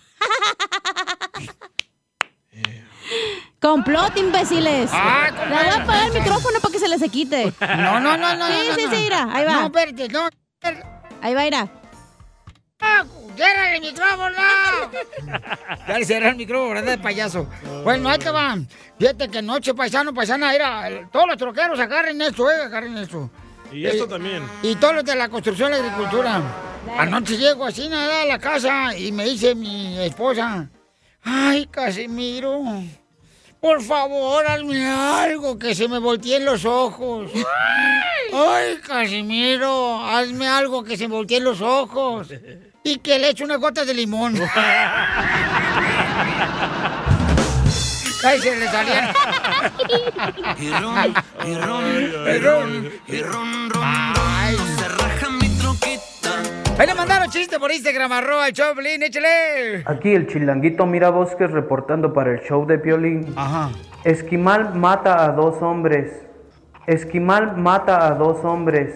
S5: Complot, imbéciles.
S12: Ah,
S5: Le voy a apagar el micrófono para que se les se quite.
S1: No, no, no, no.
S5: Sí,
S1: no,
S5: sí,
S1: no.
S5: sí, irá. Ahí va.
S1: No, pues, espérate, no. Ah,
S5: Ahí va, irá.
S1: ¡Cierra el micrófono! Ya le cerré el micrófono, ¿verdad? De payaso. Bueno, ahí te va. Fíjate que noche, paisano, paisana, era. Todos los troqueros agarren esto, eh, agarren esto. Eh,
S3: Y esto también.
S1: Y todos los de la construcción y la agricultura. Anoche llego así nada a la casa y me dice mi esposa, ay Casimiro, por favor hazme algo que se me volteen los ojos. Ay Casimiro, hazme algo que se me volteen los ojos y que le eche una gota de limón. Ay, se le salían.
S12: Y ron, y ron, y ron, y ron, ron, ron. Se raja mi troquita.
S1: Ahí le mandaron chiste por Instagram, arroba el Choplin, échale.
S20: Aquí el chilanguito Mirabosques reportando para el show de Piolín. Esquimal mata a dos hombres. Esquimal mata a dos hombres.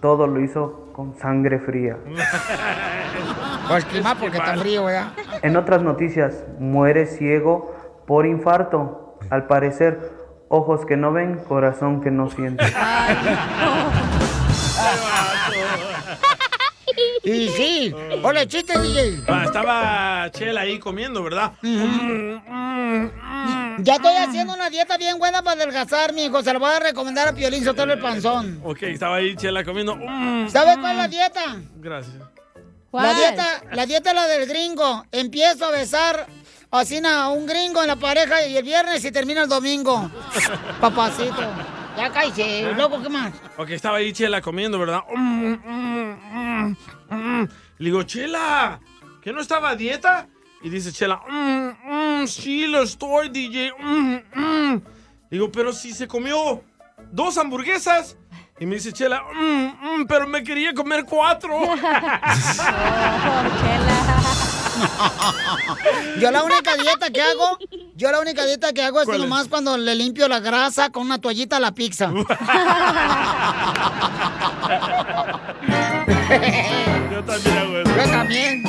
S20: Todo lo hizo con sangre fría.
S1: Pues que más porque está frío, ¿verdad?
S20: En otras noticias, muere ciego por infarto. Al parecer, ojos que no ven, corazón que no siente.
S1: Y sí. Hola, chiste, DJ.
S3: Ah, Estaba Chela ahí comiendo, ¿verdad?
S1: Ya estoy haciendo una dieta bien buena para adelgazar, mijo. Se lo voy a recomendar a Piolín Sotelo el panzón.
S3: Ok, estaba ahí Chela comiendo. Mm,
S1: ¿Sabes cuál es la dieta?
S3: Gracias.
S1: La dieta, la dieta es la del gringo. Empiezo a besar así a un gringo en la pareja y el viernes y termina el domingo. Papacito. Ya cállese, loco, ¿qué más?
S3: Ok, estaba ahí Chela comiendo, ¿verdad? Mm, mm, mm, mm. Le digo, Chela, ¿que no estaba a dieta? Y dice Chela, mm, mm, sí, lo estoy, DJ. mm, mm". Digo, pero si se comió dos hamburguesas. Y me dice Chela, "Mm, mm, pero me quería comer cuatro.
S1: Yo la única dieta que hago, yo la única dieta que hago es nomás cuando le limpio la grasa con una toallita a la pizza.
S23: Yo también hago eso.
S1: Yo también.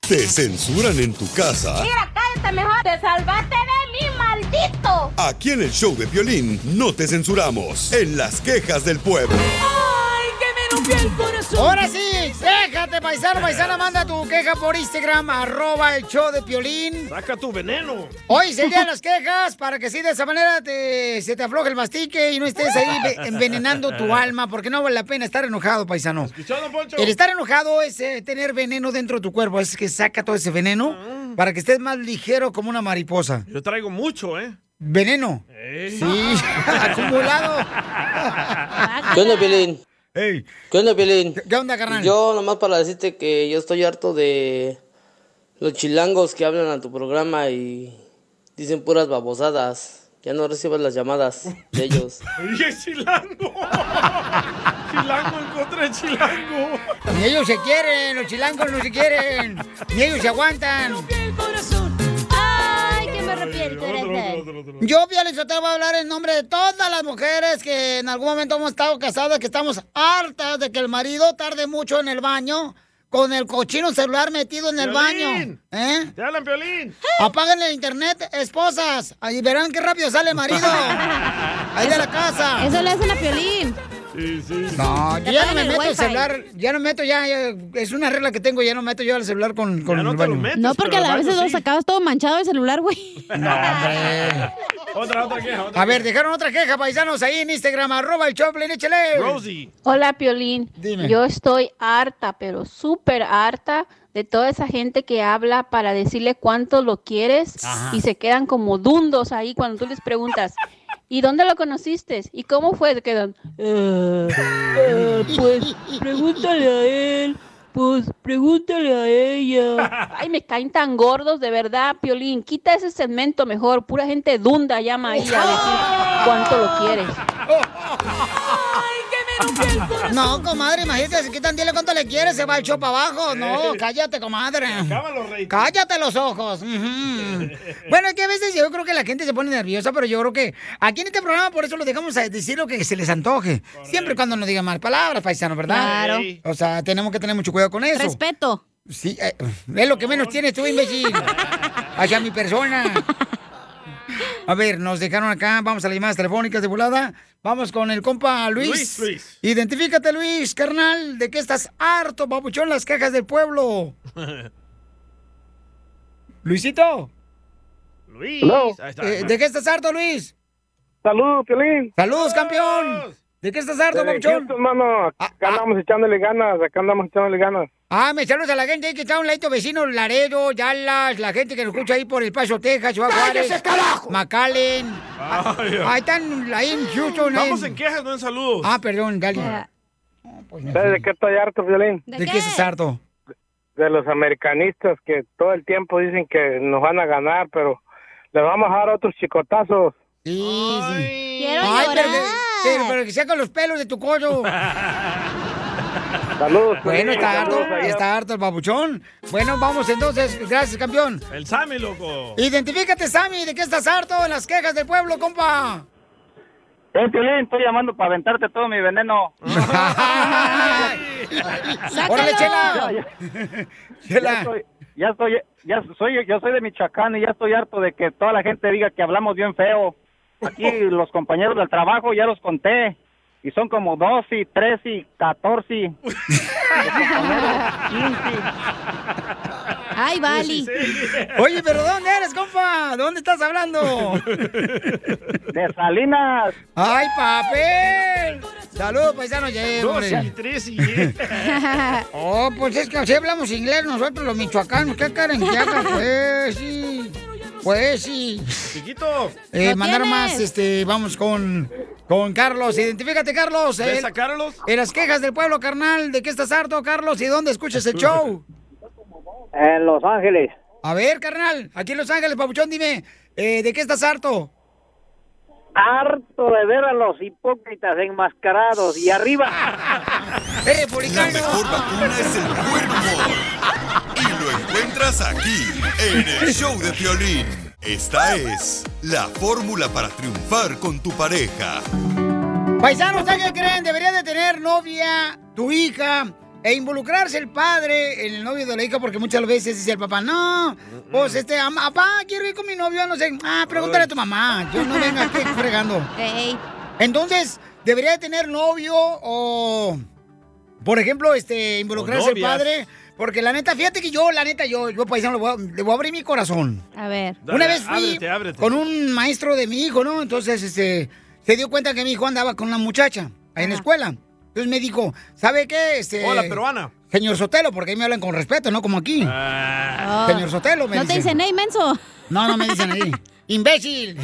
S4: ¿Te censuran en tu casa?
S23: Mira, cállate mejor. Te salvaste de mí, maldito.
S4: Aquí en el show de violín no te censuramos. En las quejas del pueblo.
S23: Ay, que me rompió el corazón.
S1: Ahora sí, déjate, paisano, paisana, manda tu queja por Instagram, arroba el show de Piolín.
S3: Saca tu veneno.
S1: Hoy serían las quejas para que sí, de esa manera te- se te afloje el mastique y no estés ahí ve- envenenando tu alma, porque no vale la pena estar enojado, paisano.
S3: ¿Escuchado, Poncho?
S1: El estar enojado es eh, tener veneno dentro de tu cuerpo, es que saca todo ese veneno para que estés más ligero como una mariposa.
S3: Ah. Yo traigo mucho, ¿eh?
S1: ¿Veneno?
S3: Ey.
S1: Sí, acumulado.
S24: ¿Qué onda, Piolín? ¿Qué onda, Piolín?
S1: ¿Qué onda, carnal?
S24: Yo nomás para decirte que yo estoy harto de los chilangos que hablan a tu programa y dicen puras babosadas. Ya no recibas las llamadas de ellos.
S3: Dije chilango. chilango en contra de chilango.
S1: Ni ellos se quieren, los chilangos no se quieren, ni ellos se aguantan.
S5: Ay, que me arrepiento.
S1: Yo, Piolín Sotelo, voy a hablar en nombre de todas las mujeres que en algún momento hemos estado casadas, que estamos hartas de que el marido tarde mucho en el baño, con el cochino celular metido en el baño.
S3: Piolín.
S1: ¿Eh?
S3: ¡Te hablan, Piolín!
S1: Apáguenle el internet, esposas. Ahí verán qué rápido sale el marido. Ahí de la casa.
S5: Eso le hacen a Piolín.
S3: Sí, sí.
S1: No, yo
S5: Te
S1: ya no
S5: pagan
S1: me
S5: el
S1: meto el
S5: wifi.
S1: celular, ya no meto ya, ya- es una regla que tengo, ya no meto yo el celular con, con el baño.
S5: no, porque a veces lo sacabas todo manchado el celular, güey.
S1: No, hombre.
S3: Otra, otra queja. Otra
S1: A ver, dejaron otra queja, paisanos, ahí en Instagram, arroba el Choplin, échale.
S3: Rosie.
S17: Hola, Piolín.
S1: Dime.
S17: Yo estoy harta, pero súper harta de toda esa gente que habla para decirle cuánto lo quieres
S25: Ajá.
S17: y se quedan como dundos ahí cuando tú les preguntas. ¿Y dónde lo conociste? ¿Y cómo fue? Quedan. "Eh, eh, pues pregúntale a él. Pues pregúntale a ella. Ay, me caen tan gordos, de verdad, Piolín. Quita ese segmento mejor. Pura gente dunda llama ahí a decir cuánto lo quieres.
S1: No, comadre, imagínate, si quitan, dile cuánto le quieres, se va el show para abajo. No,
S23: Eh.
S1: cállate, comadre.
S23: Acaba los ratings.
S1: Cállate los ojos. ujú. bueno, es que a veces yo creo que la gente se pone nerviosa, pero yo creo que aquí en este programa por eso lo dejamos a decir lo que se les antoje. Siempre y cuando no digan mal palabras, paisano, ¿verdad?
S5: Claro.
S1: O sea, tenemos que tener mucho cuidado con eso.
S5: Respeto.
S1: Sí, eh, es lo que menos tienes tú, imbécil. Hacia mi persona. A ver, nos dejaron acá, vamos a las llamadas telefónicas de volada. Vamos con el compa Luis.
S23: Luis, Luis.
S1: Identifícate, Luis, carnal, de qué estás harto, papuchón, las cajas del pueblo. Luisito.
S3: Luis. Ahí está.
S1: eh, ¿De qué estás harto, Luis?
S16: Saludos, Piolín.
S1: Saludos, campeón. ¿De qué estás harto,
S16: Eh,
S1: papuchón?
S16: Houston, mano, acá andamos echándole ganas, acá andamos echándole ganas.
S1: Ah, me saludos a la gente ahí que está a un ladito vecino, Laredo, Dallas, la gente que nos escucha ahí por El Paso, Texas, Ciudad
S23: ¡Cállese,
S1: Juárez,
S23: carajo!
S1: McAllen.
S3: Ay, ay.
S1: Ahí están, ahí en Houston.
S3: Vamos
S1: ahí
S3: en quejas, no en saludos.
S1: Ah, perdón, dale.
S16: ¿Sabes de qué estoy harto, Violín?
S1: ¿De, qué estás harto?
S16: De los americanistas que todo el tiempo dicen que nos van a ganar, pero les vamos a dar otros chicotazos.
S1: Sí, sí.
S5: Quiero
S1: Ay, pero que,
S5: llorar.
S1: pero, pero que saca los pelos de tu cuello.
S16: Saludos.
S1: Bueno,
S16: Piolín,
S1: está harto,
S16: saludos
S3: Pues
S16: allá.
S1: está harto el babuchón. Bueno, vamos entonces. Gracias, campeón.
S3: El Sammy, loco.
S1: Identifícate, Sammy, ¿de qué estás harto en las quejas del pueblo, compa?
S12: Eh, Piolín, estoy llamando para aventarte todo mi veneno.
S1: ¡Órale, Chela!
S12: Ya estoy, ya estoy, ya soy, yo soy de Michoacán y ya estoy harto de que toda la gente diga que hablamos bien feo. Aquí los compañeros del trabajo ya los conté.
S8: Y son como 12, 13, 14.
S5: Ay, Bali.
S1: Oye, pero ¿dónde eres, compa? ¿Dónde estás hablando?
S8: De Salinas.
S1: ¡Ay, papel! Saludos, paisanos. ya, hombre.
S12: Dos y tres y ya.
S1: oh, pues es que así hablamos inglés nosotros, los michoacanos. ¿Qué quieren que haga? Pues sí. Pues sí.
S3: Chiquito.
S1: Eh, mandar más, este, vamos con, con Carlos. Identifícate, Carlos.
S3: ¿Ves
S1: El-
S3: a Carlos?
S1: En las quejas del pueblo, carnal, ¿de qué estás harto, Carlos? ¿Y dónde escuchas el show?
S8: En Los Ángeles.
S1: A ver, carnal, aquí en Los Ángeles, papuchón, dime, eh, ¿de qué estás harto?
S8: Harto de ver a los hipócritas enmascarados y arriba.
S1: ¡Es republicano!
S4: La mejor vacuna es el buen humor. Y lo encuentras aquí, en el show de Piolín. Esta es la fórmula para triunfar con tu pareja.
S1: Paisanos, ¿ustedes qué creen? Debería de tener novia, tu hija, e involucrarse el padre en el novio de la hija, porque muchas veces dice el papá, no, pues este, am- papá, quiero ir con mi novio, no sé, ah, pregúntale a tu mamá, yo no vengo aquí fregando. Entonces, debería de tener novio o, por ejemplo, este, involucrarse el
S12: novias.
S1: padre, porque la neta, fíjate que yo, la neta, yo, yo paisano, le voy a- le voy a abrir mi corazón.
S5: A ver.
S1: Una vez fui
S3: ábrete, ábrete.
S1: con un maestro de mi hijo, ¿no? Entonces, este, se dio cuenta que mi hijo andaba con una muchacha ahí en la escuela. Entonces me dijo, ¿sabe qué? Este,
S3: Hola, peruana.
S1: Señor Sotelo, porque ahí me hablan con respeto, ¿no? Como aquí. Señor Sotelo, me
S5: ¿No te dicen,
S1: hey, menso? No, no me dicen ahí. ¡Imbécil!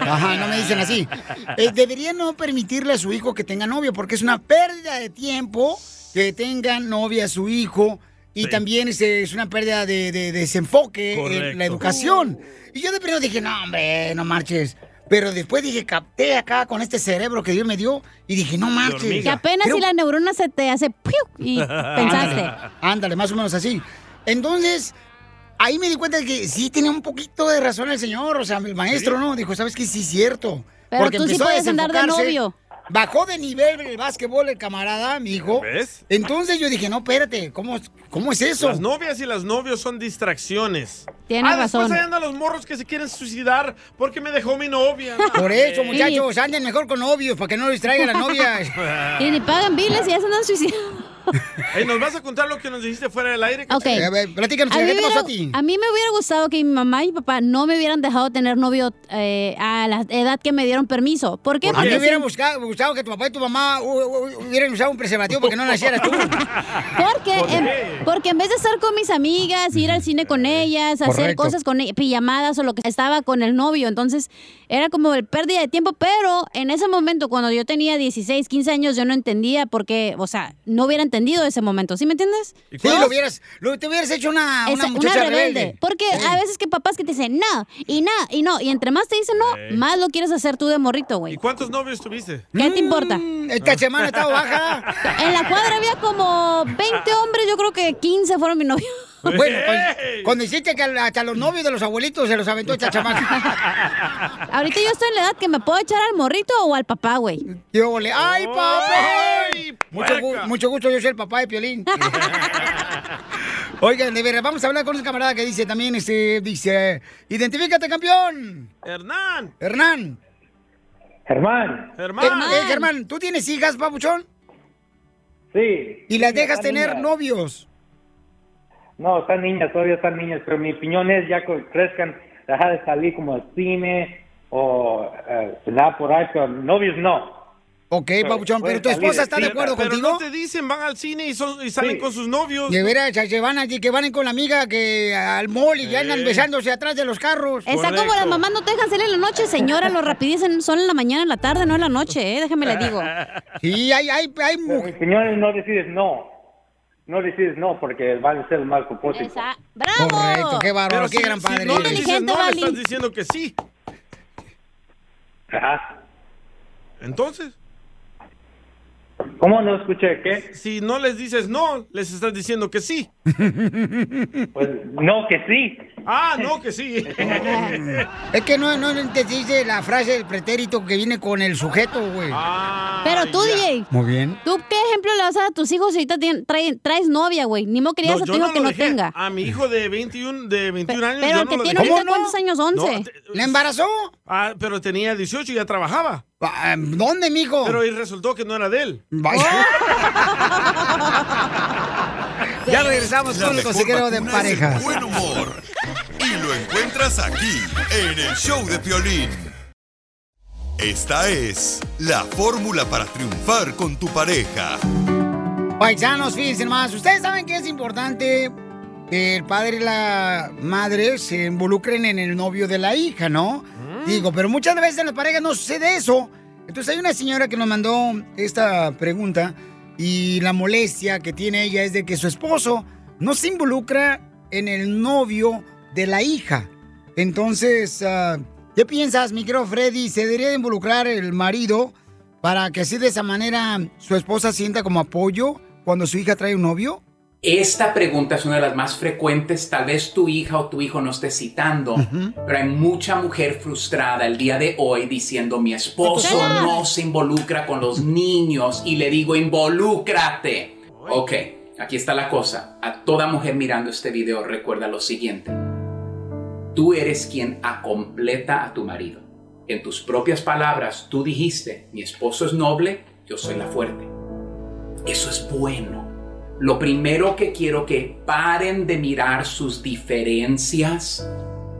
S1: Ajá, no me dicen así. Eh, debería no permitirle a su hijo que tenga novio, porque es una pérdida de tiempo que tenga novia su hijo. Y también este, es una pérdida de, de- de desenfoque en
S12: Correcto.
S1: la educación. Y yo de primero dije, no, hombre, no marches. Pero después dije, capté acá con este cerebro que Dios me dio y dije, no marches.
S5: Que apenas
S1: Creo-
S5: si la neurona se te hace ¡piu! y pensaste.
S1: Ándale, ándale, más o menos así. Entonces, ahí me di cuenta de que sí tenía un poquito de razón el señor, o sea, el maestro, ¿no? Dijo, ¿sabes qué? Sí, es cierto.
S5: Pero tú sí
S1: empezó a
S5: puedes andar de
S1: desenfocarse.
S5: novio.
S1: Bajó de nivel el básquetbol el camarada, mi hijo.
S3: ¿Ves?
S1: Entonces yo dije, no, espérate, ¿cómo, cómo es eso?
S3: Las novias y las novios son distracciones.
S1: Tienes
S3: ah, después
S1: razón.
S3: ahí andan los morros que se quieren suicidar porque me dejó mi novia.
S1: Por eso,
S3: Eh.
S1: muchachos, anden mejor con novios, para que no les traigan las novias.
S5: Y ni pagan biles y ya se andan suicidando.
S3: Ey, ¿Nos vas a contar lo que nos dijiste fuera del aire?
S5: Ok.
S1: Eh,
S3: cachorro?
S5: A mí hubiera- a mí me hubiera gustado que mi mamá y mi papá no me hubieran dejado tener novio eh, a la edad que me dieron permiso. ¿Por qué?
S1: A mí
S5: Porque
S1: me hubiera
S5: si-
S1: busca- gustado que tu papá y tu mamá uh, uh, hubieran usado un preservativo para que no nacieras tú.
S5: Porque
S1: ¿Por
S5: en,
S1: qué? Mm,
S5: porque en vez de estar con mis amigas, ir al cine con ellas, hacer
S1: Correcto.
S5: cosas con ellas, pijamadas o lo que estaba con el novio, entonces era como el pérdida de tiempo, pero en ese momento cuando yo tenía 16, 15 años yo no entendía porque, o sea, no hubiera entendido ese momento, ¿sí me entiendes?
S1: Sí, lo hubieras, lo, te hubieras hecho una, una
S5: Esa-
S1: muchacha rebelde.
S5: Porque a veces que papás que te dicen no, y no, y no, y entre más te dicen no,
S3: Ey.
S5: más lo quieres hacer tú de morrito, güey.
S3: ¿Cuántos novios tuviste?
S5: ¿Qué te importa?
S1: Mm,
S3: esta semana he estado baja.
S5: En la cuadra había como 20 hombres, yo creo que 15 fueron mi novio.
S1: Bueno, cuando, cuando hiciste que hasta los novios de los abuelitos se los aventó esta chamaca.
S5: Ahorita yo estoy en la edad que me puedo echar al morrito o al papá, güey.
S1: Yo volé, ¡ay,
S12: Oh,
S1: papá! Mucho, gu-
S5: puerca!
S1: mucho gusto, yo soy el papá de Piolín. Oigan, de veras, vamos a hablar con un camarada que dice también, este, dice, identifícate, campeón.
S3: Hernán.
S1: Hernán.
S8: Germán.
S3: Germán.
S1: Eh, Germán, ¿tú tienes hijas, papuchón?
S8: Sí.
S1: ¿Y las
S8: Sí,
S1: dejas
S8: están
S1: tener
S8: niñas.
S1: novios?
S8: No, están niñas, todavía están niñas, pero mis piñones ya que crezcan, dejar de salir como al cine o eh, cenar por ahí, pero novios no.
S1: Ok, papuchón, pero tu esposa está de acuerdo
S3: pero
S1: contigo.
S3: no te dicen, van al cine y, son- y salen
S1: Sí.
S3: con sus novios.
S1: De veras, ya se van allí, que van con la amiga que al mall y ya andan
S3: Eh.
S1: besándose atrás de los carros.
S5: Está como las mamás no te dejan salir en la noche, señora. Los rapidez son en la mañana, en la tarde, no en la noche, ¿eh? Déjame le digo.
S1: Sí, hay, hay, hay
S8: Pero mis piñones no decides no. No decides no porque van a ser mal propósito.
S5: ¡Bravo!
S1: Correcto, qué bárbaro,
S8: Pero
S1: qué
S8: si-
S1: gran
S8: si
S1: padre.
S8: no le
S1: eres.
S8: dices no, le
S1: Inteligente,
S8: estás
S1: Vali.
S3: Diciendo que sí.
S8: Ajá.
S3: Entonces.
S8: ¿Cómo no escuché qué?
S3: Si no les dices no, les estás diciendo que sí.
S8: Pues no, que sí.
S3: Ah, no, que sí.
S1: Es que no, no te dice la frase del pretérito que viene con el sujeto, güey.
S3: Ah.
S5: Pero tú, DJ,
S1: Muy bien.
S5: ¿tú qué ejemplo le das a tus hijos si ahorita tien- traen- traes novia, güey? Ni modo querías
S3: No,
S5: a tu
S3: yo
S5: hijo
S3: no
S5: que
S3: lo Ah.
S5: no
S3: dejé.
S5: tenga.
S3: A mi hijo de 21, de 21 años.
S5: pero
S3: yo
S5: el
S3: no
S5: que
S3: lo
S5: tiene
S3: dejé.
S5: ahorita, ¿cuántos años? 11.
S1: ¿La embarazó? Ah,
S3: Ah, pero tenía 18 y ya trabajaba.
S1: em, ¿Dónde, mijo?
S3: Pero y resultó que no era de él. Oh,
S1: Ya regresamos
S4: La
S1: con el
S4: mejor
S1: consejero de
S4: vacuna es el
S1: pareja.
S4: Buen humor. Y lo encuentras aquí, en el show de Piolín. Esta es la fórmula para triunfar con tu pareja.
S1: Paisanos, fíjense más. Ustedes saben que es importante que el padre y la madre se involucren en el novio de la hija, ¿no?
S3: Mm.
S1: Digo, pero muchas veces en las parejas no sucede eso. Entonces hay una señora que nos mandó esta pregunta y la molestia que tiene ella es de que su esposo no se involucra en el novio de la hija. Entonces, ah, ¿qué piensas, mi querido Freddy? ¿Se debería de involucrar el marido para que así de esa manera su esposa sienta como apoyo cuando su hija trae un novio?
S26: Esta pregunta es una de las más frecuentes. Tal vez tu hija o tu hijo no esté citando, pero hay mucha mujer frustrada el día de hoy diciendo: Mi esposo
S27: Chela.
S26: no se involucra con los niños y le digo: Involúcrate. Ok, aquí está la cosa. A toda mujer mirando este video, recuerda lo siguiente: Tú eres quien acompleta a tu marido. En tus propias palabras, tú dijiste: Mi esposo es noble, yo soy la fuerte. Eso es bueno. Lo primero que quiero que paren de mirar sus diferencias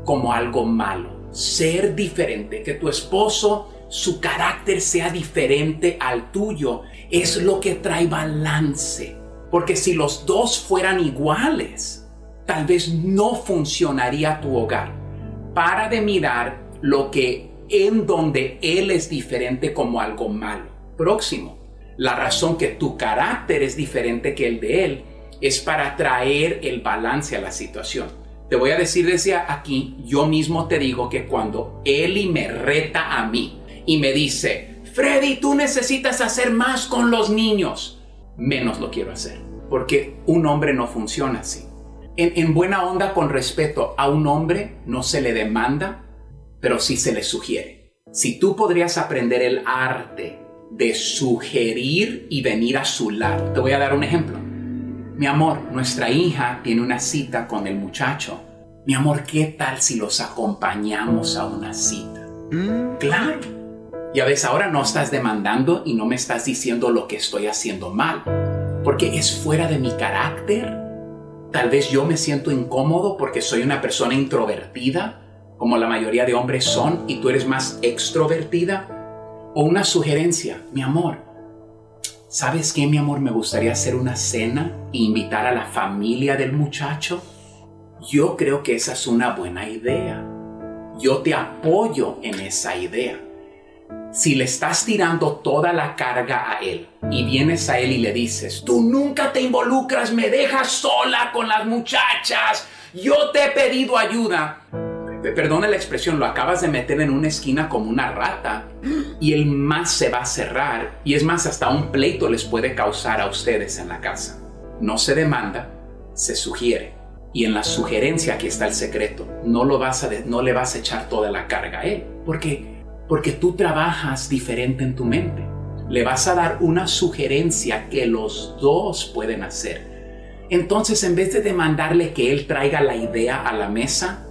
S26: como algo malo. Ser diferente, que tu esposo, su carácter sea diferente al tuyo, es lo que trae balance. Porque si los dos fueran iguales, tal vez no funcionaría tu hogar. Para de mirar lo que en donde él es diferente como algo malo. Próximo. La razón que tu carácter es diferente que el de él es para traer el balance a la situación. Te voy a decir desde aquí, yo mismo te digo que cuando Eli me reta a mí y me dice, Freddy, tú necesitas hacer más con los niños, menos lo quiero hacer, porque un hombre no funciona así. En, en buena onda, con respeto, a un hombre no se le demanda, pero sí se le sugiere. Si tú podrías aprender el arte de sugerir y venir a su lado, te voy a dar un ejemplo. Mi amor, nuestra hija tiene una cita con el muchacho. Mi amor, ¿qué tal si los acompañamos a una cita?
S1: Mm.
S26: Claro. Ya ves, ahora no estás demandando y no me estás diciendo lo que estoy haciendo mal, porque es fuera de mi carácter. Tal vez yo me siento incómodo porque soy una persona introvertida, como la mayoría de hombres son, y tú eres más extrovertida. O una sugerencia, mi amor, ¿sabes qué, mi amor? Me gustaría hacer una cena e invitar a la familia del muchacho. Yo creo que esa es una buena idea. Yo te apoyo en esa idea. Si le estás tirando toda la carga a él y vienes a él y le dices, tú nunca te involucras, me dejas sola con las muchachas, yo te he pedido ayuda. Pe- Perdona la expresión, lo acabas de meter en una esquina como una rata y el más se va a cerrar y es más, hasta un pleito les puede causar a ustedes en la casa. No se demanda, se sugiere. Y en la sugerencia aquí está el secreto. No, lo vas a de- no le vas a echar toda la carga a él. Porque, porque tú trabajas diferente en tu mente. Le vas a dar una sugerencia que los dos pueden hacer. Entonces, en vez de demandarle que él traiga la idea a la mesa,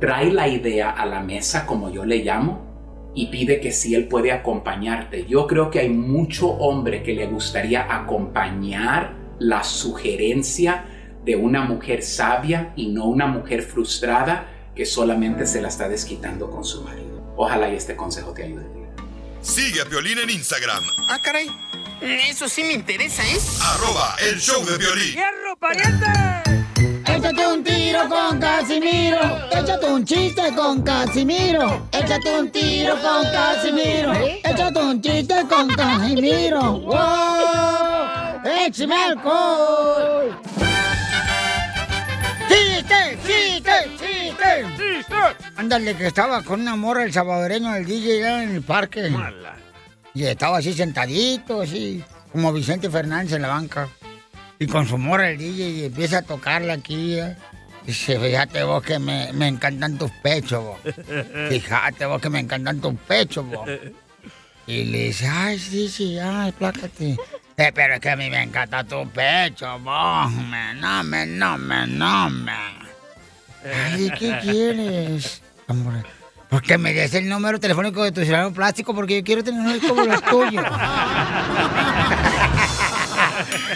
S26: trae la idea a la mesa, como yo le llamo, y pide que si él puede acompañarte. Yo creo que hay mucho hombre que le gustaría acompañar la sugerencia de una mujer sabia y no una mujer frustrada que solamente se la está desquitando con su marido. Ojalá y este consejo te ayude.
S4: Sigue a Piolín en Instagram,
S26: Ah, caray.
S23: Eso sí me interesa, ¿eh?
S4: arroba el show de Piolín.
S28: Échate un tiro con Casimiro. Échate un chiste con Casimiro. Échate un tiro con Casimiro. Échate un chiste con Casimiro. ¡Wow! ¡Échame alcohol!
S1: ¡Chiste! ¡Chiste! ¡Chiste! ¡Chiste! Ándale, que estaba con una morra el salvadoreño del DJ allá en el parque. Y estaba así sentadito, así, como Vicente Fernández en la banca. Y con su morra el DJ y empieza a tocarla aquí. ¿eh? Sí, fíjate vos que me, me encantan tus pechos, vos. Fíjate vos que me encantan tus pechos, vos. Y le dice, ay, sí, sí, ay, plácate. Eh, pero es que a mí me encanta tu pecho, vos. Me, no, me, no, me, no, me. Ay, ¿qué quieres? Amor, ¿Por qué me des el número telefónico de tu cirujano plástico? Porque yo quiero tener uno como los tuyos.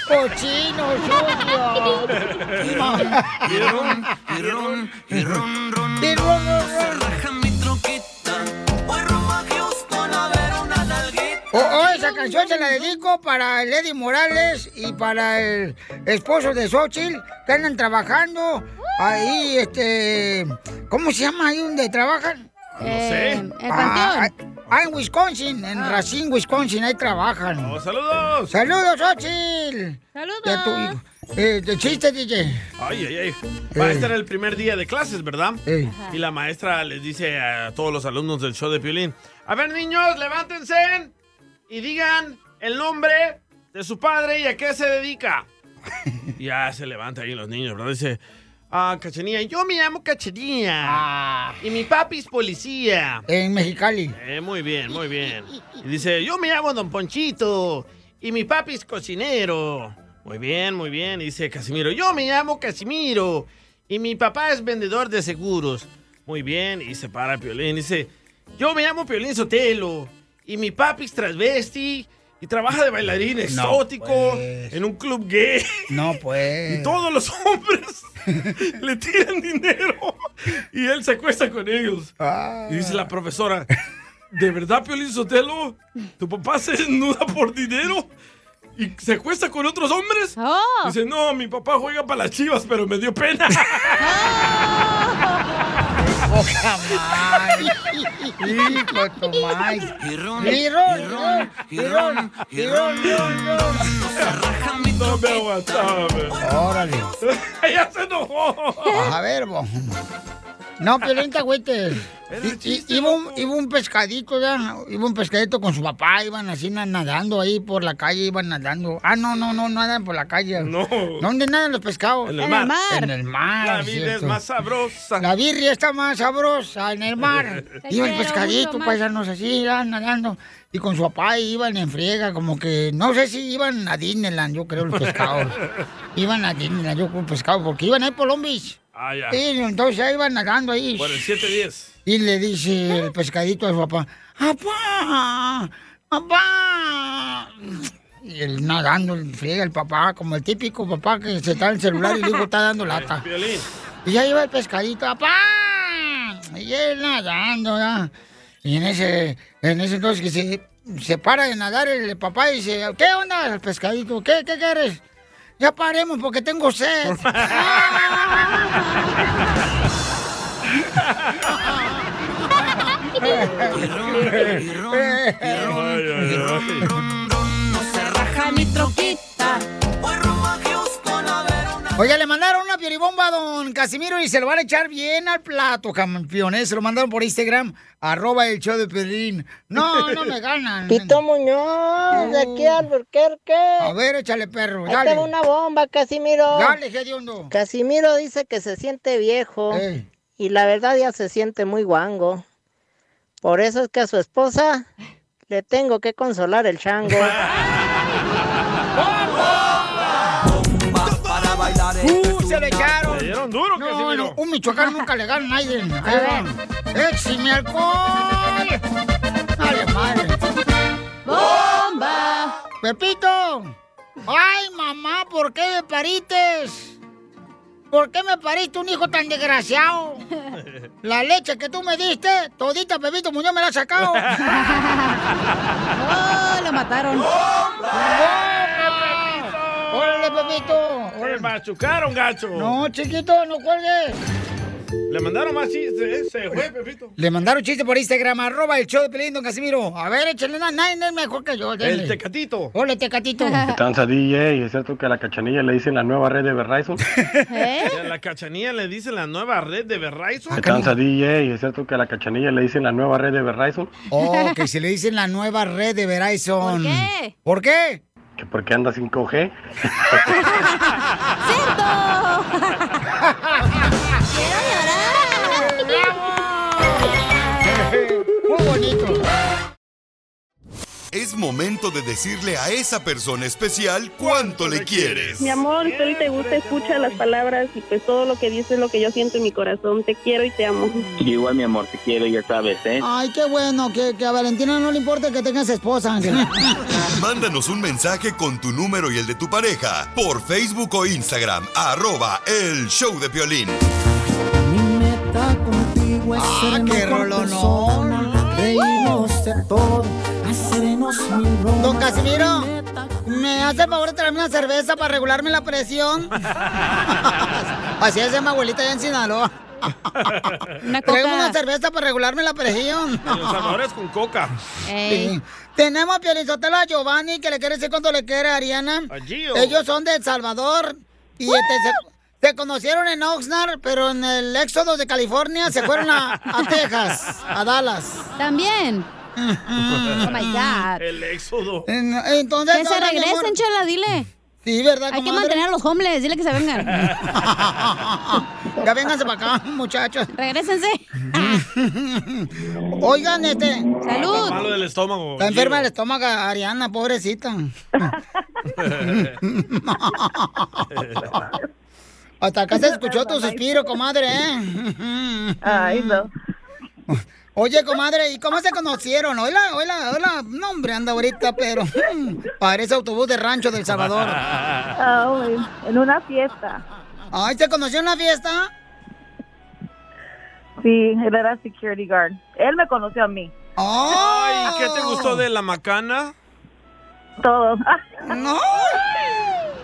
S1: ¡Cochino,
S12: Pirrón, pirrón, pirrón, ron,
S1: ron.
S12: Se raja mi troquita. O arrumajeos con haber una nalguita.
S1: Oh, oh, esa canción se la dedico para el Eddie Morales y para el esposo de Xochitl que andan trabajando ahí, este... ¿Cómo se llama ahí donde trabajan?
S3: No sé. Eh, el panteón.
S1: Ah, ah, en Wisconsin, en Racine, Wisconsin, ahí trabajan.
S3: Oh, saludos.
S1: Saludos, Xochitl. Saludos. De tu hijo. Eh, de chiste, DJ.
S3: Ay, ay, ay. Va a estar el primer día de clases, ¿verdad? Y la maestra les dice a todos los alumnos del show de Piolín, a ver, niños, levántense y digan el nombre de su padre y a qué se dedica. ya se levanta ahí los niños, ¿verdad? Dice, ah, Cachenía, yo me llamo Cachenía. Y mi papi es policía.
S1: Ah. En Mexicali.
S3: Eh, muy bien, muy bien. Y dice, yo me llamo Don Ponchito y mi papi es cocinero. Muy bien, muy bien. Y dice Casimiro, yo me llamo Casimiro y mi papá es vendedor de seguros. Muy bien. Y se para Piolín. Dice, yo me llamo Piolín Sotelo y mi papi es transvesti y trabaja de bailarín
S1: No,
S3: exótico en un club gay.
S1: No, pues.
S3: Y todos los hombres le tiran dinero y él se acuesta con ellos.
S1: Ah.
S3: Y dice la profesora, ¿de verdad, Piolín Sotelo? ¿Tu papá se desnuda por dinero? ¿Y se acuesta con otros hombres? Dice, no, mi papá juega para las chivas, pero me dio pena.
S1: Hijo de tu maíz.
S12: Pirrón,
S1: Pirrón,
S12: pirrón,
S1: pirrón, pirrón, pirrón.
S3: No me aguantaba.
S1: Órale.
S3: ya se enojó.
S1: A ver, vos. No, Piolín, te agüites. I- i- Iba un, iba un pescadito, ya. Iba un pescadito con su papá. Iban así na- nadando ahí por la calle. Iban nadando. Ah, no, no, no, nadan por la calle. No. ¿Dónde nadan los pescados?
S3: En el mar.
S1: En el mar.
S3: La vida es
S1: cierto.
S3: más sabrosa.
S1: La birria está más sabrosa en el mar.
S3: Te
S1: Iba el
S3: quiero,
S1: pescadito,
S3: mucho más.
S1: paisanos así, iban nadando. Y con su papá iban en friega, como que, no sé si iban a Disneyland, yo creo, los pescados. iban a Disneyland, yo creo, pescados, porque iban ahí por Long Beach.
S3: Ah, ya.
S1: Y entonces ahí iban nadando ahí.
S3: Por el 710.
S1: Y le dice el pescadito a su papá, ¡Papá! ¡Papá! Y él nadando, el friega el papá, como el típico papá que se está en el celular y luego está dando lata.
S3: Piolín.
S1: Y ya iba el pescadito, ¡apá! Y él nadando, ya. Y en ese, en ese entonces que se, se para de nadar el papá y dice, ¿qué onda, pescadito? ¿Qué, qué quieres? Ya paremos porque tengo sed.
S12: Raja mi troquita. O arrumajeos con haber una
S1: Oiga, le mandaron una pioribomba a don Casimiro y se lo van a echar bien al plato, campeones. Se lo mandaron por Instagram, arroba el show de Piolín. No, no me ganan.
S17: Pito Muñoz, de aquí a Alburquerque. A
S1: ver, échale perro,
S17: Ahí
S1: dale.
S17: tengo una bomba, Casimiro.
S1: Dale, hediondo.
S17: Casimiro dice que se siente viejo.
S1: Ey.
S17: Y la verdad ya se siente muy guango. Por eso es que a su esposa le tengo que consolar el chango.
S12: para bailar. este
S1: ¡Uh, se le echaron!
S12: Le dieron duro,
S1: no,
S12: Casimiro.
S1: no, un michoacán nunca le gana a nadie. Ahí va. ¡Éxime alcohol! ¡Dale, madre!
S12: ¡Bomba!
S1: ¡Pepito! ¡Ay, mamá! ¿Por qué me pariste? ¿Por qué me pariste un hijo tan desgraciado? La leche que tú me diste, todita Pepito Muñoz me la ha sacado. ¡Oh, lo mataron! ¡Órale, Pepito! ¡Órale,
S3: machucaron, gacho!
S1: No, chiquito, no cuelgues.
S3: Le mandaron más chistes. ¿eh? Se fue, Pepito.
S1: Le mandaron chiste por Instagram, arroba el show de Pelín, don Casimiro. A ver, échale una, nadie es mejor que yo.
S3: El tecatito.
S1: Hola, tecatito.
S27: ¿Qué tranza, DJ? ¿Es cierto que a la cachanilla le dicen la nueva red de Verizon?
S1: Ah,
S3: Y a La cachanilla le dice la nueva red de Verizon.
S27: ¿Qué tranza, DJ? ¿Es cierto que a la cachanilla le dicen la nueva red de Verizon?
S1: Oh, que se le dicen la nueva red de Verizon. ¿Por qué? ¿Por qué?
S27: ¿Que por qué anda 5G?
S12: ¡Cierto!
S4: es momento de decirle a esa persona especial cuánto le quieres.
S29: Mi amor, si hoy te gusta, escucha las palabras y pues todo lo que dices es lo que yo siento en mi corazón. Te quiero y te amo.
S16: Igual, mi amor, te quiero, ya sabes, ¿eh?
S1: Ay, qué bueno, que, que a Valentina no le importa que tengas esposa, Ángela.
S4: Mándanos un mensaje con tu número y el de tu pareja por Facebook o Instagram, arroba el show de violín.
S1: Ah, qué rolón.
S12: Reímos de todo, hacernos mil bromas.
S1: Don Casimiro, ¿me hace el favor de traerme una cerveza para regularme la presión? Así es mi abuelita allá en Sinaloa.
S3: Una
S1: Tráeme una cerveza para regularme la presión.
S3: Los sabores con coca.
S1: Sí. Tenemos a Piolizotelo a Giovanni, que le quiere decir cuánto le quiere a Ariana.
S3: A Gio.
S1: Ellos son de El Salvador. Y este, se, se conocieron en Oxnard, pero en el éxodo de California se fueron a, a Texas, a Dallas.
S5: También. Oh my God.
S3: El éxodo.
S1: En- Entonces,
S5: que se
S1: ahora, mi amor-
S5: regresen, chela, dile.
S1: Sí, ¿verdad?
S5: Hay que
S1: comadre?
S5: mantener a los homeless, dile que se vengan.
S1: ya vénganse para Ah, acá, muchachos.
S5: Regrésense.
S1: Oigan, este.
S3: Está malo del estómago.
S1: Está enferma el estómago, Ariana, pobrecita. Hasta acá se escuchó tu suspiro, comadre, ¿eh?
S29: Ay, no.
S1: Oye, comadre, ¿y cómo se conocieron? Hola, hola, hola. No, hombre, anda ahorita, pero mm, parece autobús de rancho del Salvador.
S29: Ay, en una fiesta.
S1: Ay, ¿se conoció en una fiesta?
S29: Sí, él era security guard. Él me conoció a mí.
S3: Ay, ¿qué te gustó de la macana?
S29: Todo.
S1: No.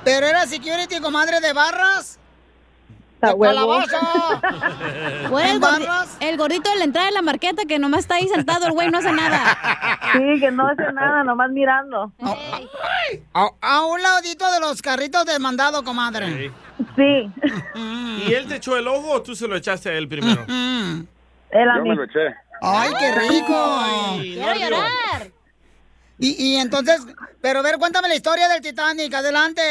S1: Pero era security, comadre, de barras.
S5: La
S1: ¡De calabaza!
S5: el, gordi- el gordito de la entrada de la marqueta que nomás está ahí sentado, el güey no hace nada.
S29: Sí, que no hace nada, nomás mirando.
S1: A, a un ladito de los carritos de mandado, comadre.
S29: Sí.
S3: ¿Y él te echó el ojo o tú se lo echaste a él primero?
S29: Él
S1: a mí.
S16: eché.
S1: ¡Ay, qué rico!
S3: Ay, Quiero no,
S1: llorar! Y, y entonces, pero a ver, cuéntame la historia del Titanic, adelante.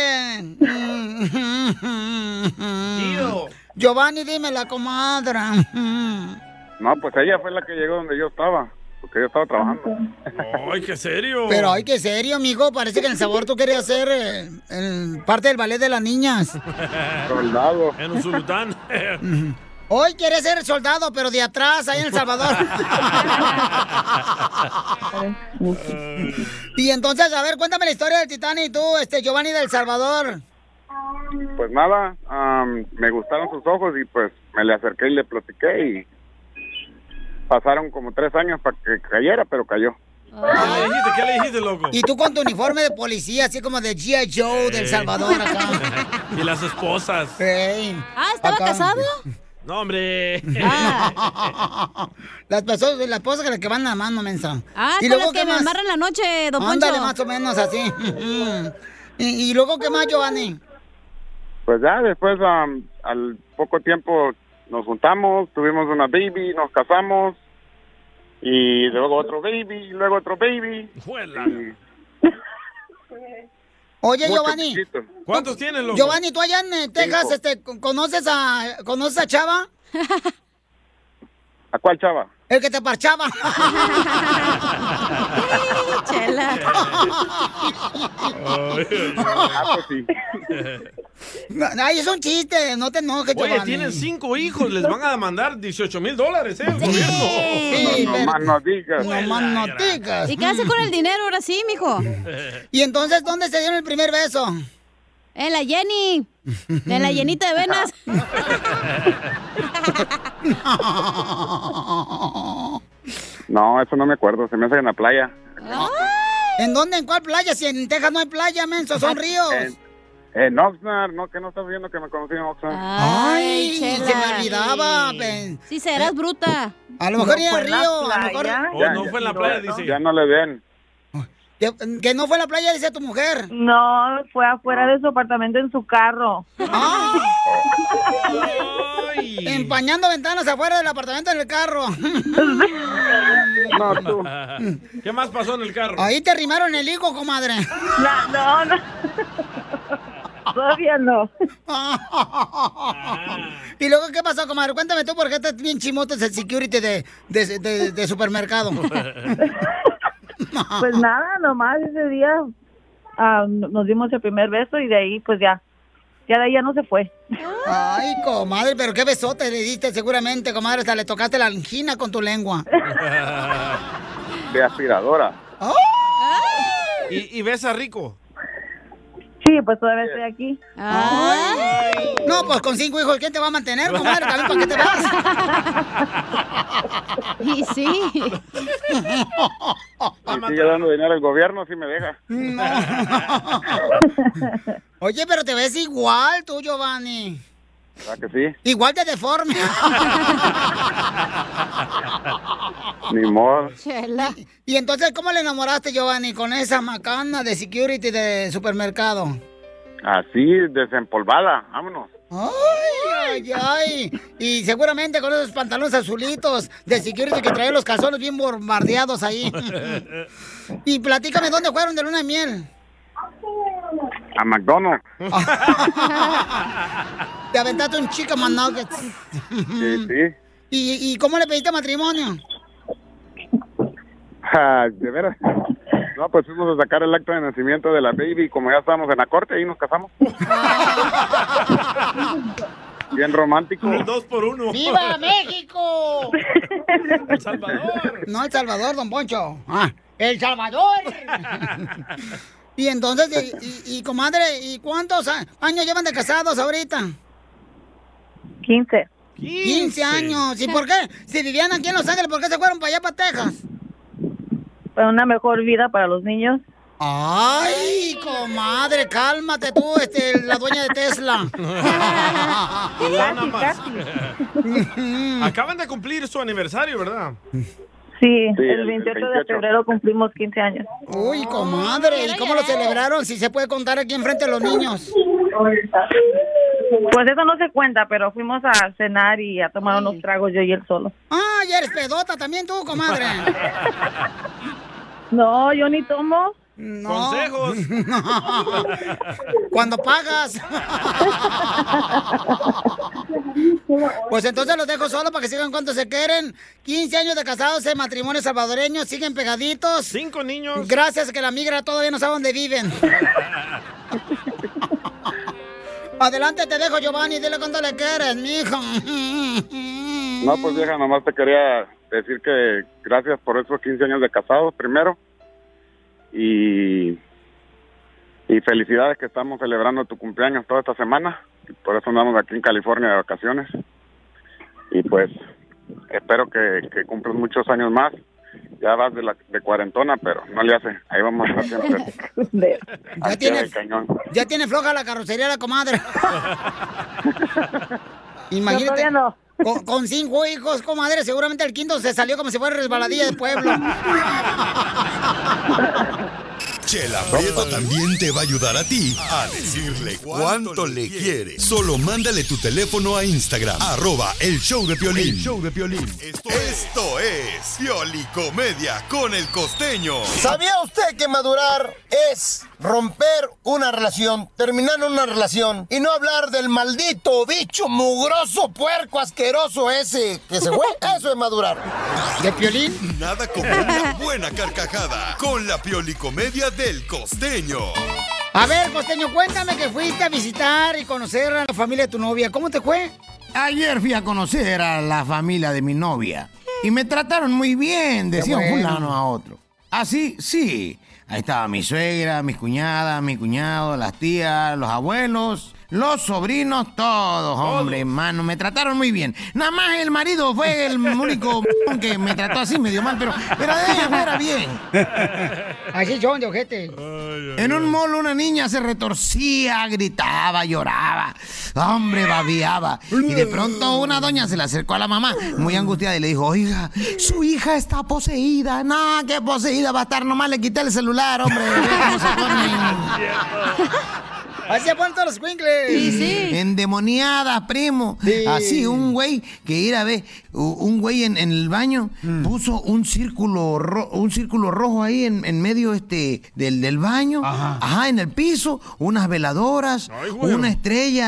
S1: Tío. Giovanni, dime la comadre.
S13: No, pues ella fue la que llegó donde yo estaba, porque yo estaba trabajando.
S3: Ay, qué serio.
S1: Pero ay, qué serio, amigo, parece que en el sabor tú querías ser eh, el- parte del ballet de las niñas.
S13: Soldado.
S3: En un sultán.
S1: Hoy quieres ser soldado, pero de atrás, ahí en El Salvador. y entonces, a ver, cuéntame la historia del Titanic, tú, este Giovanni del Salvador.
S13: Pues nada, am, me gustaron sus ojos y pues me le acerqué y le platiqué y pasaron como tres años para que cayera, pero cayó.
S3: ¿Qué le dijiste? ¿Qué le dijiste, loco?
S1: Y tú con tu uniforme de policía, así como de G.I. Joe del
S3: Eh.
S1: Salvador acá.
S3: Y las esposas.
S1: Ah,
S3: ¿estaba
S1: casado?
S3: No, hombre.
S1: Las personas, las esposas que las que van a la mano, mensa.
S5: Ah,
S1: ¿Y
S5: con
S1: luego
S5: las que
S1: qué
S5: me
S1: más?
S5: amarran la noche, don
S1: Ándale,
S5: Poncho.
S1: más o menos así. ¿Y, y luego qué más, Giovanni?
S13: Pues ya después am, al poco tiempo nos juntamos, tuvimos una baby, nos casamos y luego otro baby, y luego otro baby.
S1: Oye,
S13: Mucho
S1: Giovanni.
S13: chiquito.
S3: ¿Cuántos tienes, loco?
S1: Giovanni, tú allá en eh, Texas, este, con- ¿conoces a, conoces a Chava?
S13: ¿A cuál chava?
S1: El que te parchaba.
S13: Ah, pues sí.
S1: No, no, Ay, es un chiste, no te enojes,
S3: Oye,
S1: Giovanni.
S3: tienen cinco hijos, les van a demandar 18 mil dólares, ¿eh? el gobierno.
S1: Sí,
S13: no,
S1: pero-
S13: más no digas.
S1: No más Pues, no digas.
S5: ¿Y qué hace con el dinero ahora sí, mijo?
S1: ¿Y entonces dónde se dieron el primer beso?
S5: En la Jenny. En la llenita de venas.
S13: No, eso no me acuerdo, se me hace en la playa.
S1: ¿En dónde? ¿En cuál playa? Si en Texas no hay playa, menso, son ríos.
S13: En, en Oxnard, no, que no estás viendo que me conocí en Oxnard.
S1: Ay, se me olvidaba. pen-
S5: Si serás bruta.
S1: A lo mejor
S13: No
S1: ni
S13: fue
S1: al
S13: en
S1: río,
S13: la
S1: a lo
S13: playa.
S1: mejor.
S13: Oh, Ya, no ya. fue en la playa, dice. Ya no le den.
S1: Que, que no fue a la playa, dice tu mujer.
S29: No, fue afuera de su apartamento en su carro.
S1: Empañando ventanas afuera del apartamento en el carro.
S3: ¿Qué más pasó en el carro?
S1: Ahí te rimaron el hijo, comadre.
S29: No, no. Todavía no.
S1: ¿Y luego qué pasó, comadre? Cuéntame tú este por qué estás bien chimote el security de, de, de- de supermercado.
S17: Pues nada, nomás ese día ah, nos dimos el primer beso y de ahí pues ya, ya de ahí ya no se fue.
S1: Ay, comadre, pero qué besote le diste seguramente, comadre. Hasta le tocaste la angina con tu lengua.
S13: De aspiradora.
S3: ¿Y, y besa rico?
S17: Sí, pues todavía estoy aquí.
S1: No, pues con cinco hijos, ¿quién te va a mantener, comadre? ¿También para qué te vas?
S30: Y sí.
S13: Y sigue dando dinero al gobierno, si me deja.
S1: Oye, pero te ves igual tú, Giovanni.
S13: ¿Verdad que sí?
S1: Igual de deforme.
S13: Ni modo.
S1: Y- Y entonces, ¿cómo le enamoraste, Giovanni, con esa macana de security de supermercado?
S13: Así, desempolvada. Vámonos.
S1: Ay, ay, ay. Y seguramente con esos pantalones azulitos de security que traían los calzones bien bombardeados ahí. Y platícame, ¿dónde fueron de luna de miel?
S13: A McDonald's.
S1: Te aventaste un chica más nuggets.
S13: Sí, sí.
S1: ¿Y, ¿Y cómo le pediste matrimonio?
S13: Ah, de veras. No, pues fuimos a sacar el acta de nacimiento de la baby y como ya estábamos en la corte, ahí nos casamos. Bien romántico.
S3: Dos por uno.
S1: ¡Viva México!
S3: El Salvador.
S1: No, El Salvador, don Poncho. Ah, ¡El Salvador! y entonces, y, y- y, comadre, ¿y cuántos a- años llevan de casados ahorita?
S17: 15.
S1: 15 años. ¿Y por qué? Si vivían aquí en Los Ángeles, ¿por qué se fueron para allá, para Texas?
S17: Para una mejor vida para los niños.
S1: ¡Ay, comadre, cálmate tú, este, la dueña de Tesla!
S3: Nada más. Acaban de cumplir su aniversario, ¿verdad?
S17: Sí,
S3: Sí, el-
S17: el
S3: el
S17: 28 de
S3: 28.
S17: febrero cumplimos 15 años.
S1: Uy, comadre, ¿y cómo lo celebraron? Si se puede contar aquí enfrente de los niños.
S17: Pues eso no se cuenta, pero fuimos a cenar y a tomar unos tragos yo y él solo.
S1: ¡Ay, eres pedota también tú, comadre!
S17: No, yo ni tomo.
S1: No. Consejos. Cuando pagas. Pues entonces los dejo solo para que sigan cuanto se quieren. 15 años de casados en matrimonio salvadoreño, siguen pegaditos.
S3: Cinco niños.
S1: Gracias que la migra todavía no sabe dónde viven. Adelante te dejo, Giovanni, dile cuánto le quieres, mijo.
S13: No, pues vieja, nomás te quería decir que gracias por esos 15 años de casados, primero. Y, y felicidades que estamos celebrando tu cumpleaños toda esta semana. Y Por eso andamos aquí en California de vacaciones. Y pues espero que, que cumplas muchos años más. Ya vas de, la, de cuarentona, pero no le hace. Ahí vamos a estar siempre. al pie
S1: tienes-
S13: del cañón.
S1: Ya tiene floja la carrocería la comadre. Imagínate.
S17: Yo todavía no.
S1: Con, con cinco hijos, comadre, seguramente el quinto se salió como si fuera resbaladilla de pueblo.
S4: Chela Prieto también te va a ayudar a ti a decirle cuánto le quiere. Solo mándale tu teléfono a Instagram, arroba el show de Piolín.
S9: El
S4: show de Esto, esto es Piolicomedia con el costeño.
S9: ¿Sabía usted que madurar es romper una relación, terminar una relación y no hablar del maldito bicho mugroso, puerco, asqueroso ese que se fue? Eso es madurar.
S1: ¿De Piolín?
S4: Nada como una buena carcajada con la Piolicomedia del costeño.
S1: A ver, costeño, cuéntame que fuiste a visitar y conocer a la familia de tu novia. ¿Cómo te fue?
S9: Ayer fui a conocer a la familia de mi novia y me trataron muy bien, decía un
S1: bueno.
S9: fulano a otro. Así, sí. Ahí estaba mi suegra, mis cuñadas, mi cuñado, las tías, los abuelos, los sobrinos, todos, hombre, hermano, me trataron muy bien. Nada más el marido fue el único que me trató así medio mal, pero, pero de ahí afuera bien.
S1: Así son de ojete.
S9: En un mall una niña se retorcía, gritaba, lloraba, hombre, babiaba. Y de pronto una doña se le acercó a la mamá, muy angustiada, y le dijo, oiga, su hija está poseída. No, que poseída va a estar, nomás le quité el celular, hombre.
S1: Así apuntan los cuincles. Sí, sí.
S9: Endemoniadas, primo. Así, un güey que ir a ver, u- un güey en, en el baño
S1: Mm.
S9: puso un círculo ro- un círculo rojo ahí en, en medio este del, del baño. Ajá. en el piso, unas veladoras,
S12: güey.
S9: una estrella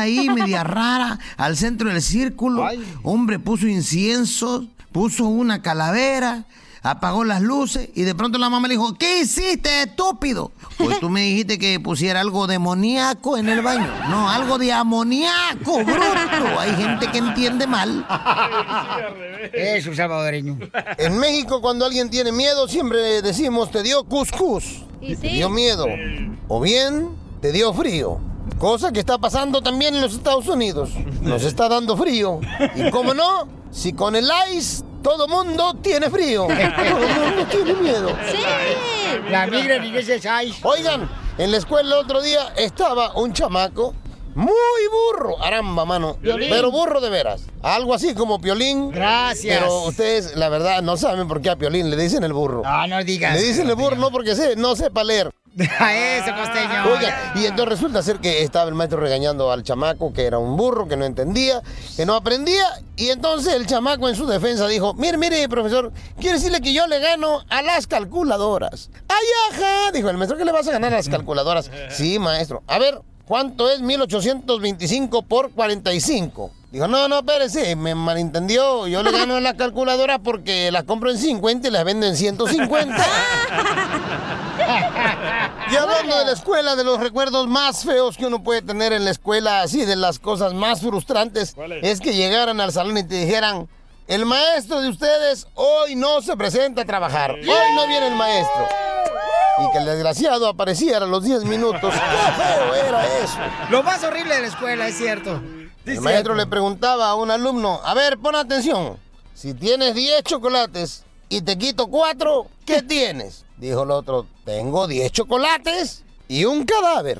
S9: ahí media rara al centro del círculo. Hombre, puso incienso, puso una calavera.
S6: apagó las luces y de pronto la mamá le dijo, ¿qué hiciste, estúpido? Pues tú me dijiste que pusiera algo demoníaco en el baño. No, algo de amoníaco, bruto. Hay gente que entiende mal.
S1: Es un salvadoreño.
S9: En México, cuando alguien tiene miedo, siempre decimos, te dio cuscús.
S5: Y
S9: Te
S5: sí.
S9: dio miedo. O bien, te dio frío. Cosa que está pasando también en los Estados Unidos. Nos está dando frío. Y cómo no, si con el ice todo mundo tiene frío. Todo mundo tiene miedo.
S1: Sí. La migra en inglés es ice.
S9: Oigan, en la escuela el otro día estaba un chamaco muy burro. Aramba, mano.
S1: Piolín.
S9: Pero burro de veras. Algo así como Piolín.
S1: Gracias.
S9: Pero ustedes, la verdad, no saben por qué a Piolín le dicen el burro.
S1: Ah, no digas.
S9: Le dicen el burro no porque se- no sepa leer.
S1: A ese costeño.
S9: Oiga, y entonces resulta ser que estaba el maestro regañando al chamaco, que era un burro, que no entendía, que no aprendía. Y entonces el chamaco en su defensa dijo, mire, mire, profesor, quiere decirle que yo le gano a las calculadoras. ¡Ay, ajá! Dijo el maestro, ¿qué le vas a ganar a las calculadoras? Sí, maestro. A ver, ¿cuánto es 1825 por 45? Dijo, no, no, espérese, me malentendió. Yo le gano a las calculadoras porque las compro en 50 y las vendo en 150. Y hablando de la escuela, de los recuerdos más feos que uno puede tener en la escuela, así de las cosas más frustrantes,
S12: ¿Cuáles?
S9: es? que llegaran al salón y te dijeran, el maestro de ustedes hoy no se presenta a trabajar, hoy no viene el maestro. Y que el desgraciado apareciera a los 10 minutos. ¡Qué feo era eso!
S1: Lo más horrible de la escuela, es cierto.
S9: El maestro le preguntaba a un alumno, a ver, pon atención, si tienes 10 chocolates y te quito 4, ¿qué tienes? Dijo el otro, tengo 10 chocolates y un cadáver.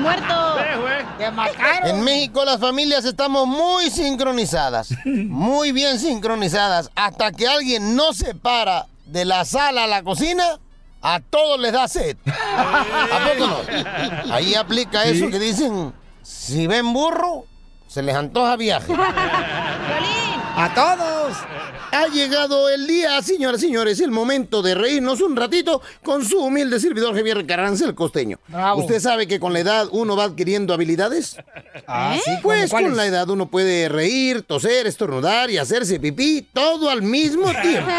S5: muerto.
S1: Te mataron.
S9: En México las familias estamos muy sincronizadas, muy bien sincronizadas, hasta que alguien no se para de la sala a la cocina, a todos les da sed. ¿A poco no? Ahí aplica eso que dicen, si ven burro, se les antoja viaje.
S1: A todos.
S9: Ha llegado el día, señoras y señores, el momento de reírnos un ratito con su humilde servidor Javier Carranza, el costeño.
S1: Bravo.
S9: ¿Usted sabe que con la edad uno va adquiriendo habilidades?
S1: Ah, sí, ¿cómo
S9: Pues
S1: cuáles?
S9: con la edad uno puede reír, toser, estornudar y hacerse pipí todo al mismo tiempo.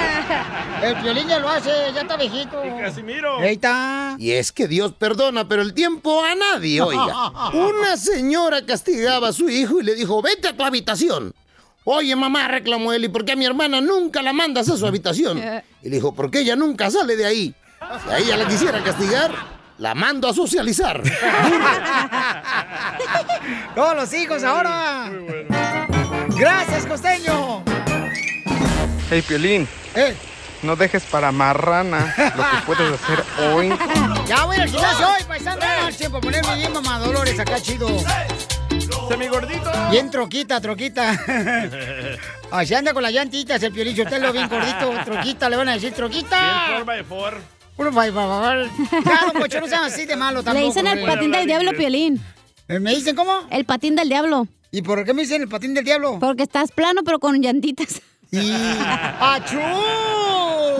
S1: El violín ya lo hace, ya está viejito. Casimiro. Ahí está.
S9: Y es que Dios perdona, pero el tiempo a nadie, oiga. Una señora castigaba a su hijo y le dijo, vete a tu habitación. Oye, mamá, reclamó él, ¿y por qué a mi hermana nunca la mandas a su habitación? Y le dijo, porque ella nunca sale de ahí. Si a ella la quisiera castigar, la mando a socializar.
S1: Todos los hijos ahora. Gracias, costeño.
S2: Hey, Piolín. No dejes para marrana lo que puedes hacer hoy.
S12: Ah,
S1: Ya voy al gimnasio hoy, paisano. No hay tiempo para ponerme bien mamá Dolores acá, chido. mi gordito. Bien troquita, troquita. Así anda con las llantitas el piolín. Usted lo bien gordito, troquita, le van a decir troquita.
S3: by four.
S1: Por favor. Claro, pues no sean así de malo tampoco.
S5: Le dicen el
S1: hombre.
S5: patín del diablo, Piolín.
S1: ¿Me dicen cómo?
S5: El patín del diablo.
S1: ¿Y por qué me dicen el patín del diablo?
S5: Porque estás plano, pero con llantitas.
S1: ¡Achú!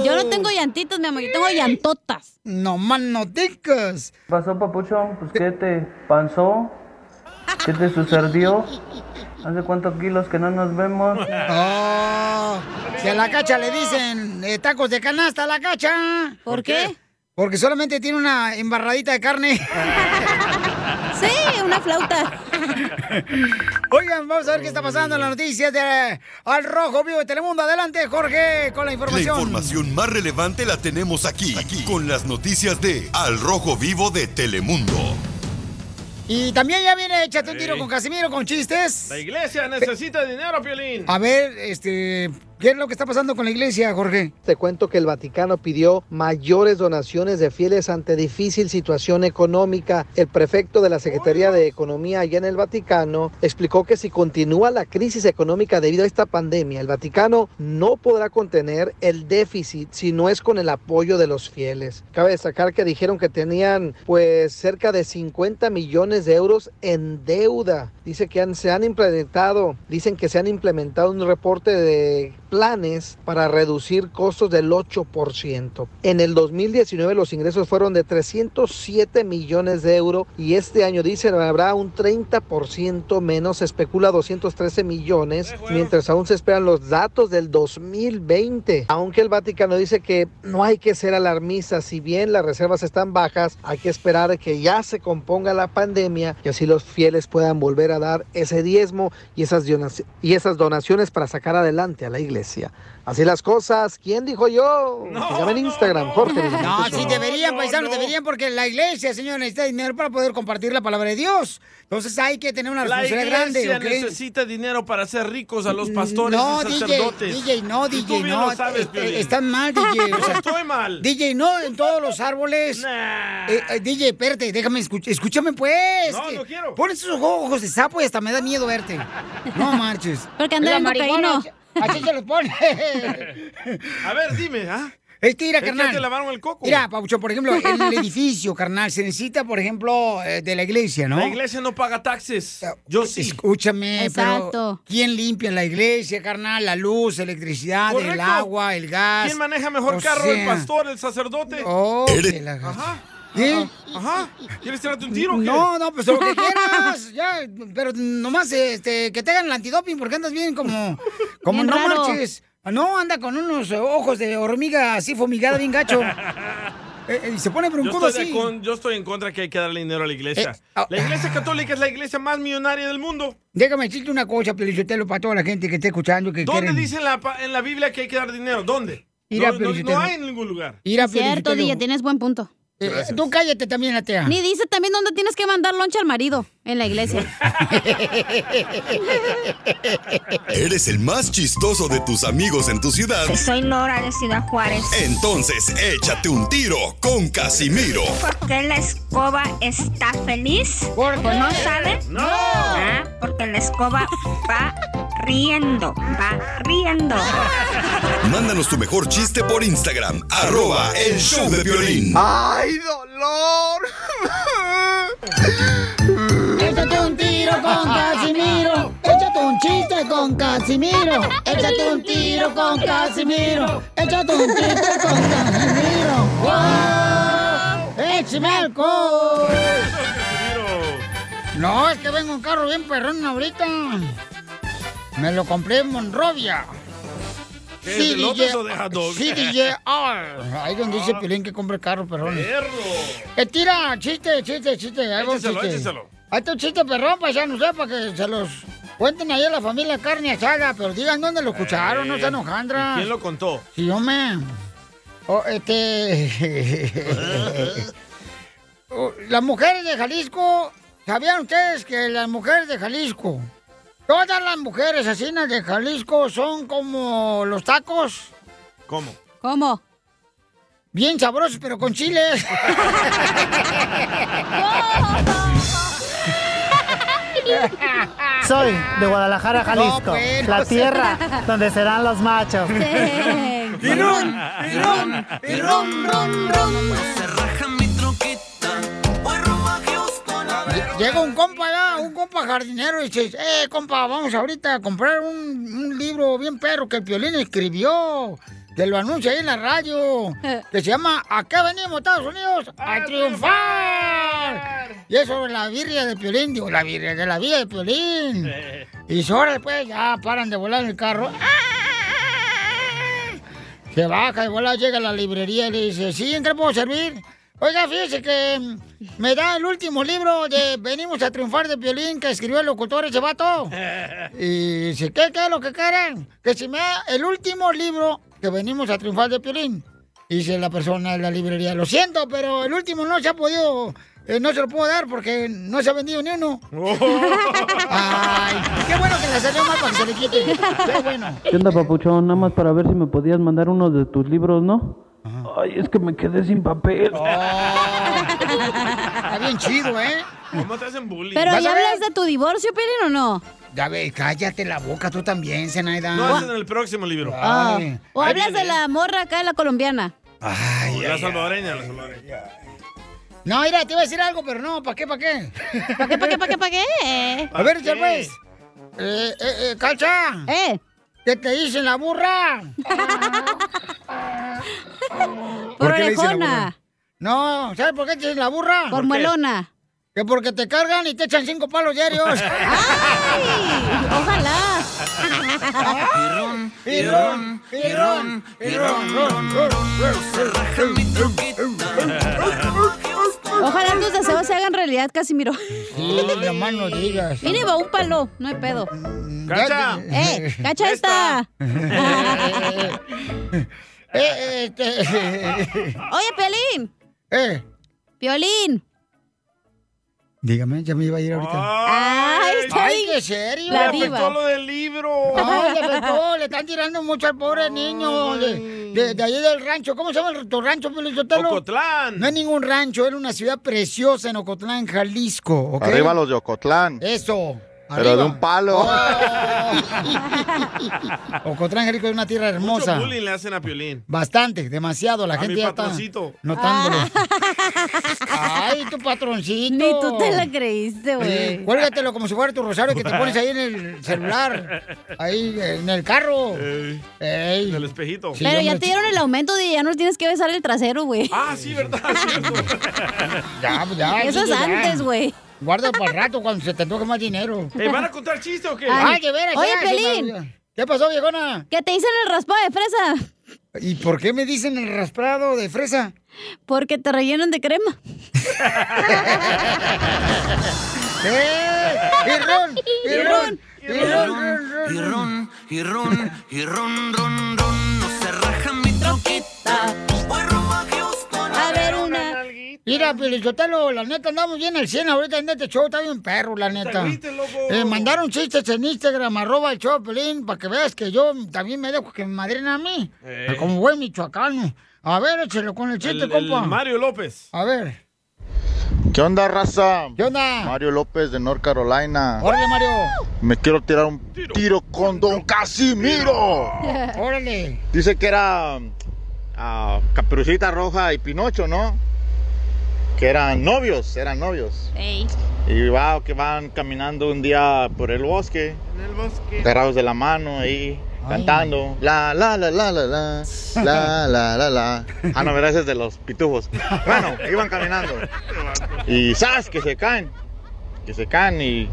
S5: Yo no tengo llantitas, mi amor, yo tengo llantotas.
S1: No más noticas.
S20: ¿Qué pasó, papucho? Pues, ¿qué te pasó? ¿Qué te sucedió? ¿Hace cuántos kilos que no nos vemos?
S1: Oh, si a la cacha le dicen eh, tacos de canasta a la cacha.
S5: ¿Por qué?
S1: Porque solamente tiene una embarradita de carne.
S5: sí, una flauta.
S1: Oigan, vamos a ver qué está pasando en las noticias de Al Rojo Vivo de Telemundo. Adelante, Jorge, con la
S4: La
S1: información.
S4: información más relevante la tenemos aquí, aquí, con las noticias de Al Rojo Vivo de Telemundo.
S1: Y también ya viene Échate un tiro con Casimiro con chistes.
S3: La iglesia necesita dinero, Piolín.
S1: A ver, este, ¿qué es lo que está pasando con la iglesia, Jorge?
S31: Te cuento que el Vaticano pidió mayores donaciones de fieles ante difícil situación económica. El prefecto de la Secretaría de Economía allá en el Vaticano explicó que si continúa la crisis económica debido a esta pandemia, el Vaticano no podrá contener el déficit si no es con el apoyo de los fieles. Cabe destacar que dijeron que tenían pues cerca de 50 millones de euros en deuda. Dice que han- se han implementado, dicen que se han implementado un reporte de
S6: planes para reducir costos del 8%. En el 2019 los ingresos fueron de 307 millones de euros y este año dicen habrá un 30% menos, se especula 213 millones, mientras aún se esperan los datos del 2020. Aunque el Vaticano dice que no hay que ser alarmistas, si bien las reservas están bajas, hay que esperar que ya se componga la pandemia y así los fieles puedan volver a dar ese diezmo y esas, donaci- y esas donaciones para sacar adelante a la iglesia. Así las cosas, ¿quién dijo yo? Sígame en Instagram, Jorge. Miramontes
S1: No,
S3: Pues,
S6: uno.
S1: sí deberían, paisanos, deberían, porque la iglesia, señor, necesita dinero para poder compartir la palabra de Dios. Entonces hay que tener una
S3: La iglesia
S1: responsabilidad grande, ¿ok?
S3: necesita dinero para hacer ricos a los pastores
S1: No,
S3: y
S1: DJ,
S3: sacerdotes.
S1: DJ, no,
S3: Y tú
S1: DJ,
S3: bien
S1: no.
S3: lo sabes,
S1: eh,
S3: Piolín.
S1: eh, están mal, DJ.
S3: No estoy mal.
S1: DJ, no, en todos los árboles. Eh, eh, DJ, espérate, déjame, escuch- escúchame, pues.
S3: No,
S1: que
S3: no quiero.
S1: Pones esos ojos de sapo y hasta me da miedo verte. No marches.
S5: Porque anda
S1: La
S5: en
S1: marihuana,
S5: cocaína.
S1: Así se los pone.
S3: A ver, dime, ¿ah?
S1: Es que, mira,
S3: Es que
S1: carnal.
S3: te lavaron el coco.
S1: Mira, Paucho, por ejemplo, el edificio, carnal, se necesita, por ejemplo, eh, de la iglesia, ¿no?
S3: La iglesia no paga taxes. Yo sí.
S1: Escúchame,
S3: Exacto.
S1: pero ¿quién limpia la iglesia, carnal? La luz, electricidad, el
S3: Correcto.
S1: agua, el gas.
S3: ¿Quién maneja mejor
S1: O
S3: carro, el
S1: sea,
S3: pastor, el sacerdote?
S1: Oh,
S3: Eres-
S1: que la-
S3: Ajá.
S1: ¿Qué?
S3: Ajá. ¿Quieres tirarte un tiro o qué?
S1: ¿eh? No, no, pues lo que quieras, ya, pero nomás este, que te hagan el antidoping porque andas bien como, como
S5: Bien
S1: no
S5: raro.
S1: marches. Ah, No, anda con unos ojos de hormiga así fumigada, bien gacho. Eh, eh, y se pone por un
S3: Yo
S1: codo
S3: estoy, de
S1: así.
S3: con- yo estoy en contra que hay que darle dinero a la iglesia.
S1: Eh, ah.
S3: la iglesia católica es la iglesia más millonaria del mundo.
S1: Déjame decirte una cosa, Pelichotelo, para toda la gente que esté escuchando. Que
S3: ¿Dónde
S1: quieren...
S3: dice en la, pa- en la Biblia que hay que dar dinero? ¿Dónde?
S1: Mira,
S3: no, no-
S1: Piolín,
S3: no
S1: yo te-
S3: hay en ningún lugar.
S1: Ir a
S5: Cierto,
S1: Felicitelo.
S5: DJ, tienes buen punto.
S1: Eh,
S3: Gracias.
S1: Tú cállate también, atea.
S5: Ni dice también dónde tienes que mandar lonche al marido, en la iglesia.
S4: ¿Eres el más chistoso de tus amigos en tu ciudad?
S27: Soy Nora de Ciudad Juárez.
S4: Entonces échate un tiro con Casimiro.
S27: ¿Por qué la escoba está feliz? ¿O no saben?
S3: No.
S27: Ah, porque la escoba va riendo, va riendo.
S4: Mándanos tu mejor chiste por Instagram, arroba el show de violín.
S27: Ay,
S1: dolor! Échate un tiro con Casimiro. Échate un chiste con Casimiro. Échate un tiro con Casimiro. Échate un chiste con Casimiro. ¡Wow! ¡Échame alcohol! No, es que vengo un carro bien perrón ahorita. Me lo compré en Monrovia.
S3: ¿Qué, de López o de hot dog?
S1: CDJR. Ahí donde dice Pilín que compre carro perrón. Eh, tira, chiste, chiste, chiste. Ahí va un
S3: Écheselo,
S1: chiste.
S3: écheselo.
S1: Ahí está un chiste perrón, paisano, usted, para que se los cuenten ahí a la familia carne asada, pero digan dónde lo escucharon, no
S3: Eh,
S1: sean hojandras.
S3: ¿y ¿Quién lo contó?
S1: Sí, hombre. O, este... o, las mujeres de Jalisco, ¿sabían ustedes que las mujeres de Jalisco, todas las mujeres asesinas de Jalisco son como los tacos?
S3: ¿Cómo?
S1: ¿Cómo? Bien sabrosos, pero con chiles.
S12: Soy de Guadalajara, Jalisco,
S1: No, pues,
S12: la
S1: no sé.
S12: tierra donde serán los machos.
S14: Y ron, y ron, y ron,
S1: ron, ron.
S14: No se raja mi troquita. Voy rumbo a Houston a ver.
S1: Llega un compa allá, un compa jardinero, y dice, eh, compa, vamos ahorita a comprar un, un libro bien perro que el Piolín escribió, que lo anuncia ahí en la radio, que se llama ¿A qué venimos, Estados Unidos? ¡A triunfar! Y eso es la birria de Piolín, digo, la birria de la vida de Piolín. Y dice, ahora después ya paran de volar en el carro. Se baja y vuela, llega a la librería y le dice, ¿sí? ¿En qué puedo servir? Oiga, fíjese que mm, me da el último libro de Venimos a triunfar de violín que escribió el locutor ese vato. Y dice, ¿qué, qué es lo que quieren? Que si me da el último libro que Venimos a triunfar de violín. Dice la persona de la librería, lo siento, pero el último no se ha podido, eh, no se lo puedo dar porque no se ha vendido ni uno. Ay, qué bueno que le salió mal para que se le quite. Qué bueno.
S20: ¿Qué onda, papuchón? Nada más para ver si me podías mandar uno de tus libros, ¿no? Ay, es que me quedé sin papel.
S1: Está bien chido, ¿eh?
S3: ¿Cómo te hacen bullying?
S5: Pero
S3: ¿Vas
S5: ya
S3: a ver?
S5: hablas de tu divorcio, Pelín, o no?
S1: Ya ve, cállate la boca tú también, Zenaida.
S3: No, es en el próximo libro.
S5: Ah. ¿O
S3: Ahí
S5: hablas de
S3: viene.
S5: la morra acá de la colombiana? Ah.
S3: la salvadoreña, la salvadoreña.
S1: No, mira, te iba a decir algo, pero no, ¿para qué, para qué? pues.
S5: ¿Para qué, para qué, para qué, para qué?
S1: A ver, ya
S5: ves.
S1: ves. Eh, eh, eh, Cacha.
S5: Eh.
S1: que te dicen la burra.
S12: ¿Por qué le dicen la burra?
S1: No, ¿sabes por qué te dicen la burra?
S5: Por ¿Por qué? muelona.
S1: Que porque te cargan y te echan cinco palos diarios. Ah, ¡Ay!
S5: Ojalá.
S12: Pirrón, pirrón, pirrón, pirrón, ron, ron, ron, se raja mi troquita.
S5: Ojalá tus deseos se hagan realidad, Casimiro.
S1: la mano digas.
S5: Mire, va un palo, no hay pedo.
S1: ¡Cacha!
S5: ¡Eh! ¡Cacha esta!
S1: Eh, este-
S5: Oye, Piolín.
S1: Eh.
S5: Piolín.
S1: Dígame, ya me iba a ir ahorita.
S5: Ay, está
S1: Ay,
S5: bien.
S1: qué serio.
S5: La Le afectó diva. lo
S3: del libro.
S1: Ay, le afectó, le están tirando mucho al pobre niño de, de- de ahí del rancho. ¿Cómo se llama el- tu rancho, Pio Lizotelo?
S3: Ocotlán.
S1: No es ningún rancho, era una ciudad preciosa en Ocotlán, Jalisco, ¿ok?
S32: Arriba los de Ocotlán.
S1: Eso. Oh.
S32: Pero de un palo.
S1: Ocotlán, Jalisco es una tierra hermosa.
S3: Mucho bullying le hacen a Piolín.
S1: Bastante, demasiado. La
S3: A
S1: gente
S3: mi
S1: ya está
S3: patroncito.
S1: notándolo. Ay, tu patroncito.
S5: Ah. Ni tú te la creíste, güey.
S1: Sí, cuélgatelo como si fuera tu rosario que te pones ahí en el celular. Ahí, en el carro. Ey.
S3: En el espejito.
S5: Pero ya te dieron el aumento de ya no tienes que besar el trasero, güey.
S3: Ah, sí, ¿verdad?
S1: Ya, ya.
S5: Eso es
S1: DJ, Ah, ya.
S5: antes, güey.
S1: Guarda para el rato cuando se te toque más dinero.
S3: Ey, ¿Van a contar chiste o qué?
S1: Ay, de veras.
S5: Oye,
S1: ya, se me
S5: Pelín.
S1: olvidó. ¿Qué pasó, viejona?
S5: Que te hicieron el raspado de fresa.
S1: ¿Y por qué Ah. me dicen el raspado de fresa?
S5: Porque te rellenan de crema.
S1: ¡Eh! ¡Pirrón! ¡Pirrón! ¡Pirrón!
S12: Y ron, y
S1: Eh,
S12: ron, y ron, ron, ron, no se raja mi troquita. Voy rumbo a Houston
S1: A ver una. Mira, Pelichotelo, la neta, andamos bien al 100 ahorita en este show, está bien perro, la neta.
S12: agüites, loco.
S1: Eh, mandaron chistes en Instagram, arroba el show, Pelín, para que veas que yo también me dejo que me madren a mí.
S3: Eh.
S1: Como buen michoacano. A ver, échelo con el chiste,
S32: El- el
S1: compa.
S32: Mario
S3: López.
S1: A ver.
S32: ¿Qué onda, raza?
S1: ¿Qué onda?
S32: Mario López de North Carolina.
S1: Órale, Mario.
S32: Me quiero tirar un tiro con Don Casimiro.
S1: Órale.
S32: Dice que era ah, Caperucita Roja y Pinocho, ¿no? Que eran novios, eran novios.
S5: Ey.
S32: Y va, que van caminando un día por el bosque,
S12: En el bosque.
S32: agarrados de la mano ahí, cantando. La, la, la, la, la, la, la, la, la, la. Ah, no, verás, es de los pitufos. Bueno, iban caminando. Y ¡zas! que se caen. Que se caen y,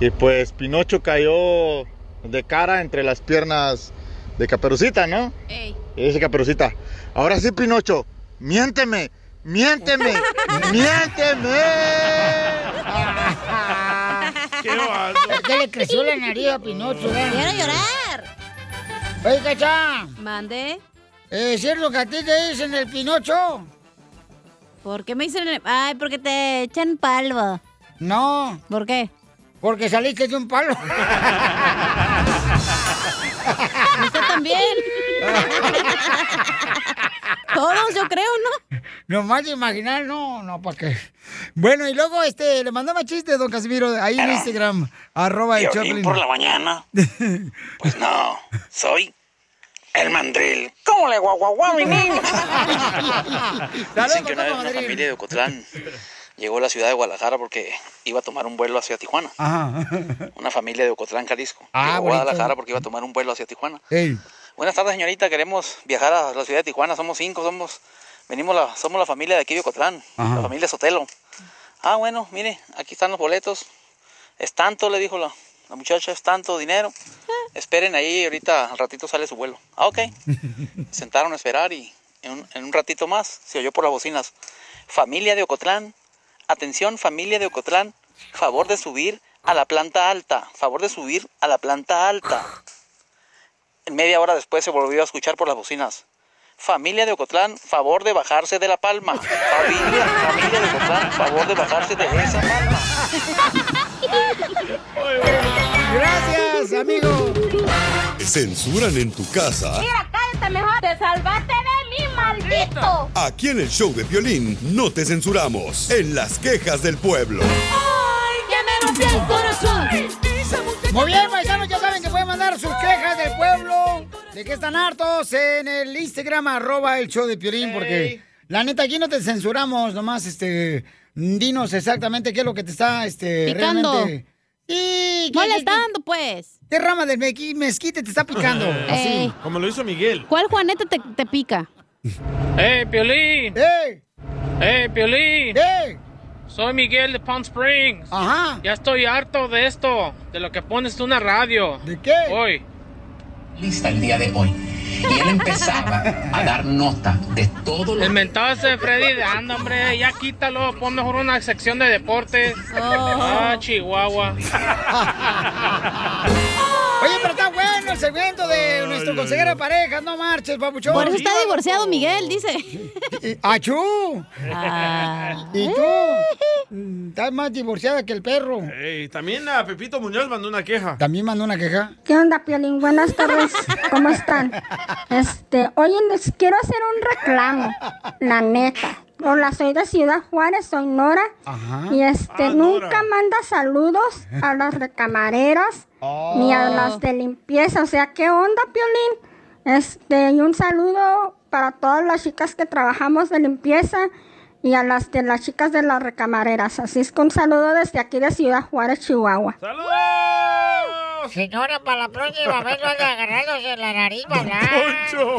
S32: y pues Pinocho cayó de cara entre las piernas de Caperucita, ¿no? Y dice Caperucita, ahora sí Pinocho, miénteme, miénteme, miénteme.
S1: ¿Qué Es que le creció la nariz a Pinocho, ¿verdad?
S5: Quiero llorar.
S1: Oye, Cacha,
S5: Mandé.
S1: eh, ¿es cierto que a ti te dicen el Pinocho?
S5: ¿Por qué me hicieron el... Ay, porque te echan palva.
S1: No.
S5: ¿Por qué?
S1: Porque saliste de un palo.
S5: Usted también. Todos, yo creo, ¿no?
S1: Nomás de imaginar, no, no, ¿para qué? Bueno, y luego este, le mandaba chiste, don Casimiro, ahí en Instagram, arroba el
S7: Violín
S1: Choplin.
S7: por la mañana. Pues no, soy el mandril. ¿Cómo le guau guau guau, mi niño? Dicen que una vez una familia de Ocotlán llegó a la ciudad de Guadalajara porque iba a tomar un vuelo hacia Tijuana.
S1: Ajá.
S7: Una familia de Ocotlán, Jalisco.
S1: Ah,
S7: llegó a
S1: bonito.
S7: Guadalajara porque iba a tomar un vuelo hacia Tijuana.
S1: Ey.
S7: Buenas tardes, señorita. Queremos viajar a la ciudad de Tijuana. Somos cinco, somos, venimos la, somos la familia de aquí de Ocotlán,
S33: Ajá.
S7: la familia Sotelo. Ah, bueno, mire, aquí están los boletos. Es tanto, le dijo la, la muchacha, es tanto dinero. Esperen ahí, ahorita al ratito sale su vuelo. Ah, ok. Sentaron a esperar y en un, en un ratito más se oyó por las bocinas. Familia de Ocotlán, atención familia de Ocotlán, favor de subir a la planta alta, favor de subir a la planta alta. Media hora después se volvió a escuchar por las bocinas. Familia de Ocotlán, favor de bajarse de la palma. Familia, familia de Ocotlán, favor de bajarse de esa palma.
S1: Gracias, amigo.
S4: Censuran en tu casa.
S23: cállate mejor. Te salvaste de mí, maldito.
S4: Aquí en el show de violín no te censuramos. En las quejas del pueblo.
S23: Ay, que me rompió el
S1: Muy bien, paisanos, ya saben que pueden mandar sus quejas del pueblo, de que están hartos en el Instagram, arroba el show de Piolín, porque la neta, aquí no te censuramos, nomás, este, dinos exactamente qué es lo que te está, este,
S5: Picando.
S1: realmente... Y
S5: Molestando, pues. Eh,
S1: ¿Qué rama del mequi- mezquite te está picando?
S3: Así, como lo hizo Miguel.
S5: ¿Cuál Juanete te, te pica?
S28: ¡Eh, Piolín!
S1: ¡Eh!
S28: ¡Eh, Piolín!
S1: ¡Eh!
S28: Soy Miguel de Palm Springs.
S1: Ajá.
S28: Ya estoy harto de esto, de lo que pones en una radio.
S1: ¿De qué?
S28: Hoy.
S17: Lista el día de hoy. Y él empezaba a dar nota de todo lo
S28: El mentado ese de Freddy, anda, hombre, ya quítalo, pon mejor una sección de deportes.
S1: Oh.
S28: Ah, Chihuahua.
S1: Oye, pero está bueno el segmento de nuestro consejero de parejas, no marches, papuchón.
S5: Por eso está divorciado Miguel, dice.
S1: ¡Achú!
S5: Ah.
S1: ¿Y tú? Mm, Estás más divorciada que el perro.
S3: Ey, también a Pepito Muñoz mandó una queja.
S1: También mandó una queja.
S27: ¿Qué onda, Piolín? Buenas tardes, ¿cómo están? Este, oye, les quiero hacer un reclamo, la neta. Hola, soy de Ciudad Juárez, soy Nora. Y este, nunca manda saludos a las recamareras ni a las de limpieza. O sea, ¿qué onda, Piolín? Este, y un saludo para todas las chicas que trabajamos de limpieza y a las de las chicas de las recamareras. Así es que un saludo desde aquí de Ciudad Juárez, Chihuahua.
S22: Señora, para la próxima vez no hay agarrarlos en la nariz, ¿verdad?
S1: ¡Poncho!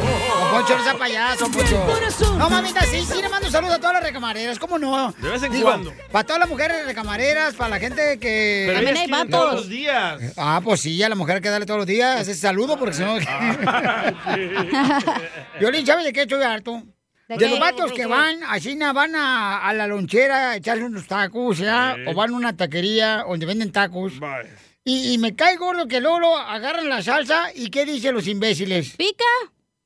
S1: ¡Poncho, no sea payaso, Poncho! No, mamita, sí, sí, le mando un saludo a todas las recamareras, ¿cómo no?
S3: De vez en
S1: Digo,
S3: cuando.
S1: Para todas las mujeres recamareras, para la gente que...
S3: Pero ellas quieren todos los días.
S1: Ah, pues sí, a la mujer hay que darle todos los días ese saludo, porque si no...
S27: Ah,
S1: Violín, ¿sabes de qué estoy harto?
S27: ¿De
S1: ¿De,
S27: qué?
S1: los vatos que van, a China, van a, a la lonchera a echarse unos tacos, ¿ya?
S27: Sí.
S1: O van a una taquería donde venden tacos. Y, y me cae gordo que luego agarran la salsa y ¿qué dicen los imbéciles?
S5: ¿Pica?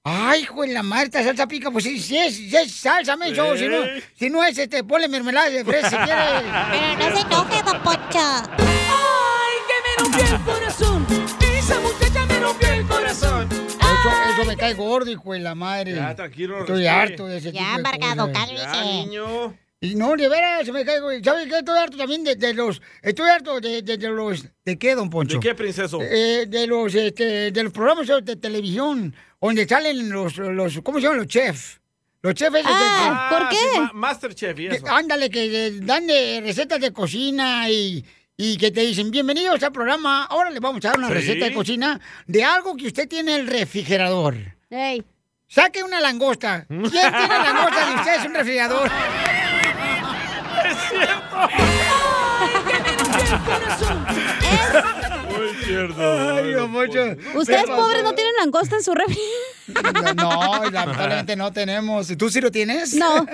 S1: Ay, hijo de la madre, esta salsa pica. Pues sí, sí es, sí es salsa, me yo. Si no,
S27: Sí.
S1: si no es, este, ponle mermelada de fresa si quieres.
S27: Pero no se enoje,
S12: Ay, que me rompió el corazón. Esa muchacha me rompió el corazón.
S1: Eso, eso me cae gordo, hijo de la madre.
S3: Ya, tranquilo,
S1: Estoy
S3: respire.
S1: harto de ese
S27: Ya,
S1: tipo de
S27: embarcado,
S1: cosas.
S27: cálmese. Ya, niño.
S1: Y no, de veras, me caigo. ¿Sabes qué? Estoy harto también de, de los... Estoy harto de, de- de los... ¿De qué, don Poncho?
S3: ¿De qué, princeso?
S1: Eh, de los este, de los programas de televisión donde salen los, los ¿cómo se llaman? Los chefs. Los chefs esos
S3: Ah,
S1: de-
S3: ¿por qué? sí, ma- Masterchef y
S1: Que-
S3: eso.
S1: ándale, que eh, dan de recetas de cocina y, y que te dicen, bienvenidos al programa, ahora les vamos a dar una
S27: Sí.
S1: receta de cocina de algo que usted tiene en el refrigerador. Saque una langosta. ¿Quién tiene langosta de ustedes en un refrigerador?
S12: Es cierto. Ay, que me rompió el corazón.
S3: Muy cierto.
S1: Ay, don Poncho.
S5: Ustedes
S1: Me
S5: pobres
S1: pasó.
S5: no tienen langosta en su refri.
S1: Ah, No, lamentablemente no tenemos. ¿Tú sí lo tienes?
S5: No.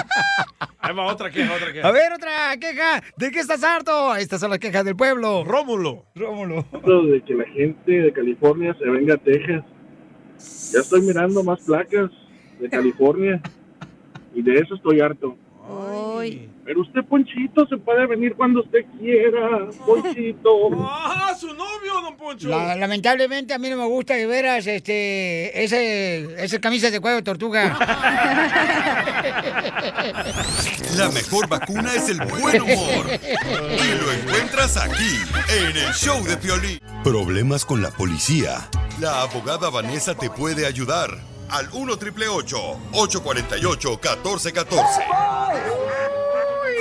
S3: Ahí va otra queja, otra queja.
S1: A ver, otra queja. ¿De qué estás harto? Estas son las quejas del pueblo.
S3: Rómulo.
S1: Rómulo.
S8: de que la gente de California se venga a Texas. Ya estoy mirando más placas de California y de eso estoy harto. Pero usted, Ponchito, se puede venir cuando usted quiera, Ponchito.
S3: ¡Ah, su novio, don Poncho!
S1: La- lamentablemente a mí no me gusta que veras este, ese, ese camisa de cuello de tortuga.
S4: La mejor vacuna es el buen humor. Y lo encuentras aquí, en el show de Piolín. Problemas con la policía. La abogada Vanessa te puede ayudar. Al 1 triple 848 1414.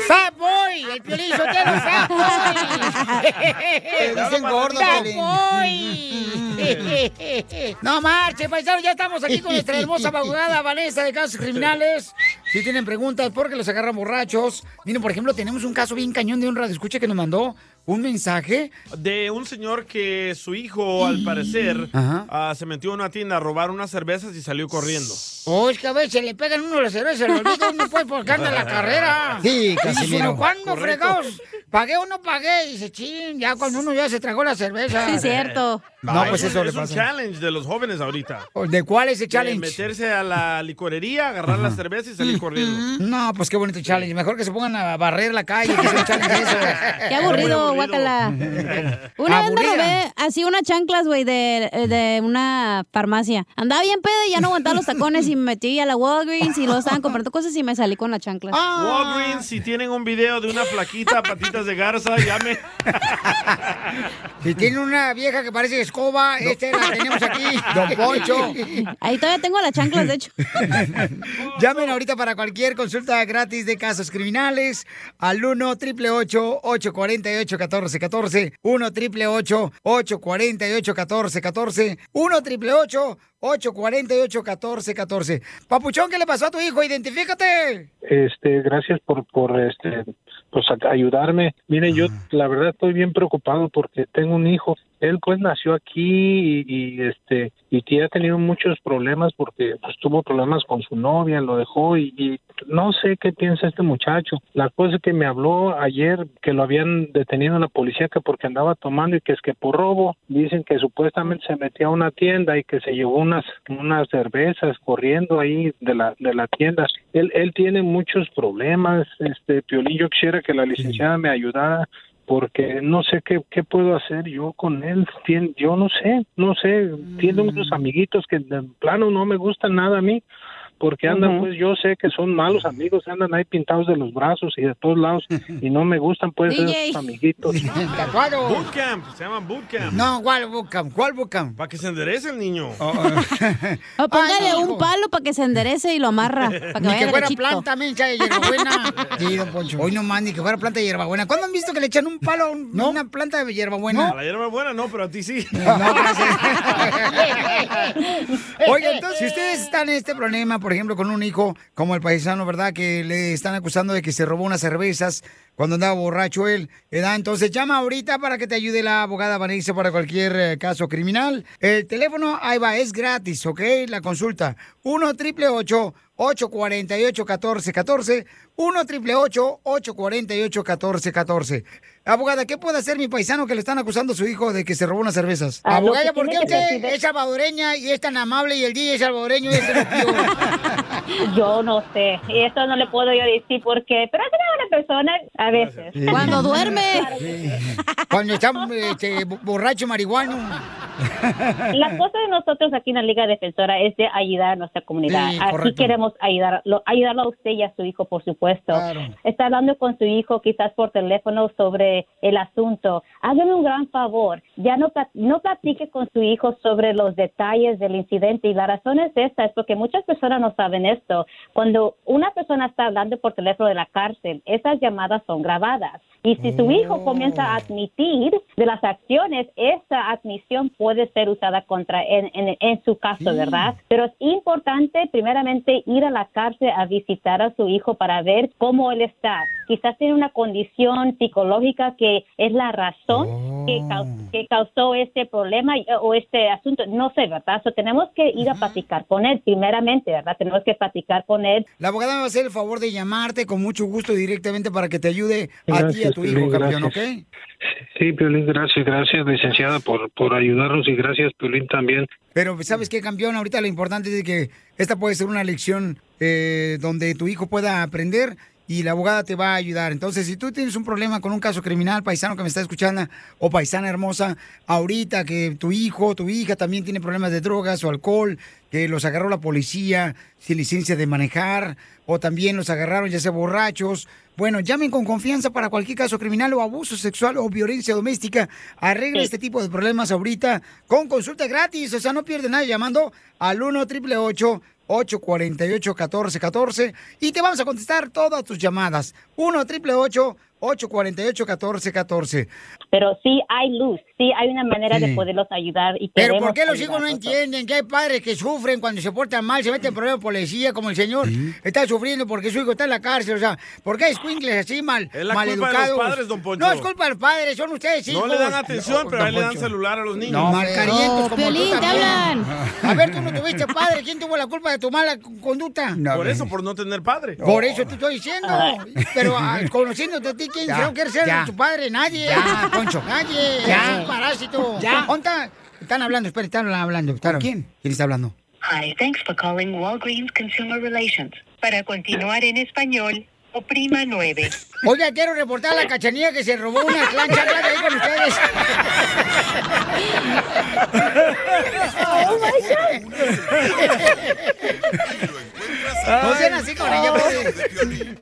S1: ¡Fat boy! ¡El piolín sotelo fat boy!
S27: Te dicen gordo,
S1: ¡Fat
S27: Piolín.
S1: boy! No marche, paisano, ya estamos aquí con nuestra hermosa abogada Vanessa de casos criminales. Si tienen preguntas, porque los agarran borrachos. Miren, por ejemplo, tenemos un caso bien cañón de un radio escucha que nos mandó un mensaje.
S3: De un señor que su hijo, al parecer,
S1: Ajá.
S3: ah, se metió a una tienda a robar unas cervezas y salió corriendo.
S1: Oh, es que a veces le pegan uno las cervezas, lo olvida uno pues porque anda en la carrera.
S3: Sí,
S1: Y
S3: Casimiro.
S1: dice uno, ¿cuándo
S3: Correcto.
S1: fregados? ¿Pagué o no pagué? Y dice, ching, ya cuando uno ya se tragó la cerveza. No, pues
S3: es
S1: eso
S3: un-
S1: le
S3: es
S1: pasa.
S3: un challenge de los jóvenes ahorita.
S1: ¿De cuál es el challenge?
S3: De meterse a la licorería, agarrar la cerveza y salir corriendo.
S1: No, pues qué bonito challenge. Mejor que se pongan a barrer la calle. Que sea un challenge de esos.
S5: Qué aburrido, guacala. Una vez me
S1: Aburrida.
S5: robé así unas chanclas, güey, de, eh, de una farmacia. Andaba bien pedo y ya no aguantaba los tacones y me metí a la Walgreens y luego estaban comprando cosas y me salí con las chanclas.
S1: Ah.
S3: Walgreens, si tienen un video de una flaquita, patitas de garza, llame.
S1: Si tiene una vieja que parece que es escoba, este la tenemos aquí. Don Poncho.
S5: Ahí todavía tengo las chanclas, de hecho.
S1: Llamen ahorita para cualquier consulta gratis de casos criminales al 1 888 848 1414 1 888 848 1414 1 888 848 1414 Papuchón, ¿qué le pasó a tu hijo? Identifícate.
S34: Este, gracias por, por este, pues a- ayudarme. Mire, yo la verdad estoy bien preocupado porque tengo un hijo. Él pues nació aquí y, y, este y que ha tenido muchos problemas porque pues tuvo problemas con su novia, lo dejó y, y no sé qué piensa este muchacho. La cosa es que me habló ayer que lo habían detenido en la policía que porque andaba tomando y que es que por robo dicen que supuestamente se metía a una tienda y que se llevó unas unas cervezas corriendo ahí de la de la tienda. Él él tiene muchos problemas, este Piolín, yo quisiera que la licenciada me ayudara porque no sé qué, qué puedo hacer yo con él. Tien- yo no sé, no sé. Tiene unos amiguitos que de plano no me gustan nada a mí, porque andan,
S16: Ujú.
S34: pues yo sé que son malos amigos, andan ahí pintados de los brazos y de todos lados, y no me gustan, pues,
S3: DJ.
S34: esos amiguitos.
S1: Tatuado.
S3: Bootcamp, se llama bootcamp.
S1: No, ¿cuál bootcamp? ¿Cuál bootcamp? Oh,
S3: Para que se enderece el niño.
S5: O póngale
S1: no,
S5: un palo para que se enderece y lo amarra. Para que
S1: Ni
S5: vaya
S1: que fuera
S5: derechito.
S1: planta, mencha de hierbabuena. Sí, don Poncho. Hoy nomás, ni que fuera planta de hierbabuena. ¿Cuándo han visto que le echan un palo a un- una planta de hierbabuena?
S3: A la hierba es buena, no, pero a ti sí.
S1: Oiga, entonces, si ustedes están en este problema, por ejemplo, con un hijo como el paisano, ¿verdad? Que le están acusando de que se robó unas cervezas cuando andaba borracho él, ¿verdad? Entonces, llama ahorita para que te ayude la abogada Vanessa para cualquier eh, caso criminal. El teléfono, ahí va, es gratis, ¿ok? La consulta. 1 triple 848 1414 1 triple 848 1414 Abogada, ¿qué puede hacer mi paisano que le están acusando a su hijo de que se robó unas cervezas?
S29: Ah, lo
S1: Abogada,
S29: que
S1: ¿por qué
S29: tiene que
S1: usted
S29: decir es-
S1: es salvadoreña y es tan amable y el DJ es salvadoreño y es selectivo?
S29: Yo no sé, y eso no le puedo yo decir porque, pero es una persona a veces.
S1: Cuando
S29: duerme.
S1: Cuando está este, bo- borracho marihuano.
S29: La cosa de nosotros aquí en la Liga Defensora es de ayudar a nuestra comunidad.
S1: Sí,
S29: aquí
S1: correcto.
S29: queremos ayudarlo, ayudarlo a usted y a su hijo, por supuesto. Está hablando con su hijo quizás por teléfono sobre el asunto. Hágame un gran favor, ya no, pla- no platique con su hijo sobre los detalles del incidente y la razón es esta, es porque muchas personas no saben esto. Cuando una persona está hablando por teléfono de la cárcel, esas llamadas son grabadas. Y si su hijo comienza a admitir de las acciones, esa admisión puede ser usada contra en, en- en su caso, Sí. ¿verdad? Pero es importante, primeramente, ir a la cárcel a visitar a su hijo para ver cómo él está. Quizás tiene una condición psicológica que es la razón que, cau- que causó este problema y- o este asunto. No sé, ¿verdad? So, tenemos que ir a platicar con él, primeramente, ¿verdad? Tenemos que platicar con él.
S1: La abogada me va a hacer el favor de llamarte con mucho gusto directamente para que te ayude a
S34: Gracias,
S1: ti y a tu hijo,
S34: Piolín,
S1: campeón, ¿ok?
S34: gracias. Sí, Piolín, gracias, gracias, licenciada, por, por ayudarnos y gracias, Piolín, también.
S1: Pero ¿sabes qué, campeón? Ahorita lo importante es que esta puede ser una lección eh, donde tu hijo pueda aprender y la abogada te va a ayudar. Entonces, si tú tienes un problema con un caso criminal, paisano que me está escuchando, o paisana hermosa, ahorita que tu hijo, tu hija también tiene problemas de drogas o alcohol, que los agarró la policía sin licencia de manejar, o también los agarraron ya sea borrachos. Bueno, llamen con confianza para cualquier caso criminal o abuso sexual o violencia doméstica. Arregla
S29: Sí.
S1: este tipo de problemas ahorita con consulta gratis. O sea, no pierden nada llamando al 1 888 848 1414 y te vamos a contestar todas tus llamadas. 1 888 848 1414
S29: Pero sí hay luz, sí hay una manera de poderlos ayudar. Y
S1: Pero
S29: queremos
S1: ¿por qué los hijos no
S29: ayudarlos.
S1: entienden que hay padres que sufren cuando se portan mal, se meten en problemas de policía, como el señor está sufriendo porque su hijo está en la cárcel? O sea, ¿por qué es así mal,
S3: Es la
S1: mal
S3: culpa de los
S1: educados?
S3: padres, don Poncho.
S1: No es culpa de los padres, son ustedes hijos.
S3: No le dan atención,
S1: No,
S3: pero
S1: don
S3: ahí le dan
S1: Poncho.
S3: celular a los niños.
S1: No, malcarientos como
S5: Piolín,
S1: tú
S5: te
S1: también.
S5: hablan.
S1: A ver, tú no tuviste padre. ¿Quién tuvo la culpa de tu mala c- conducta?
S3: por eso, por no tener padre.
S1: Por eso te estoy diciendo. Pero ah, conociéndote a ti, ¿quién
S3: Ya,
S1: creo que eres
S3: ya.
S1: tu padre? Nadie.
S3: Ya,
S1: Poncho. Nadie.
S3: Ya.
S1: Es un parásito.
S29: Ya.
S1: Ponta- Están hablando, espera, están hablando. Están- ¿Quién? ¿Quién está hablando?
S12: Hi, thanks for calling Walgreens Consumer Relations. Para continuar en español, oprima 9.
S1: Oiga, quiero reportar a la cachanilla que se robó una plancha blanca ahí con ustedes. No sean así con ella, pues.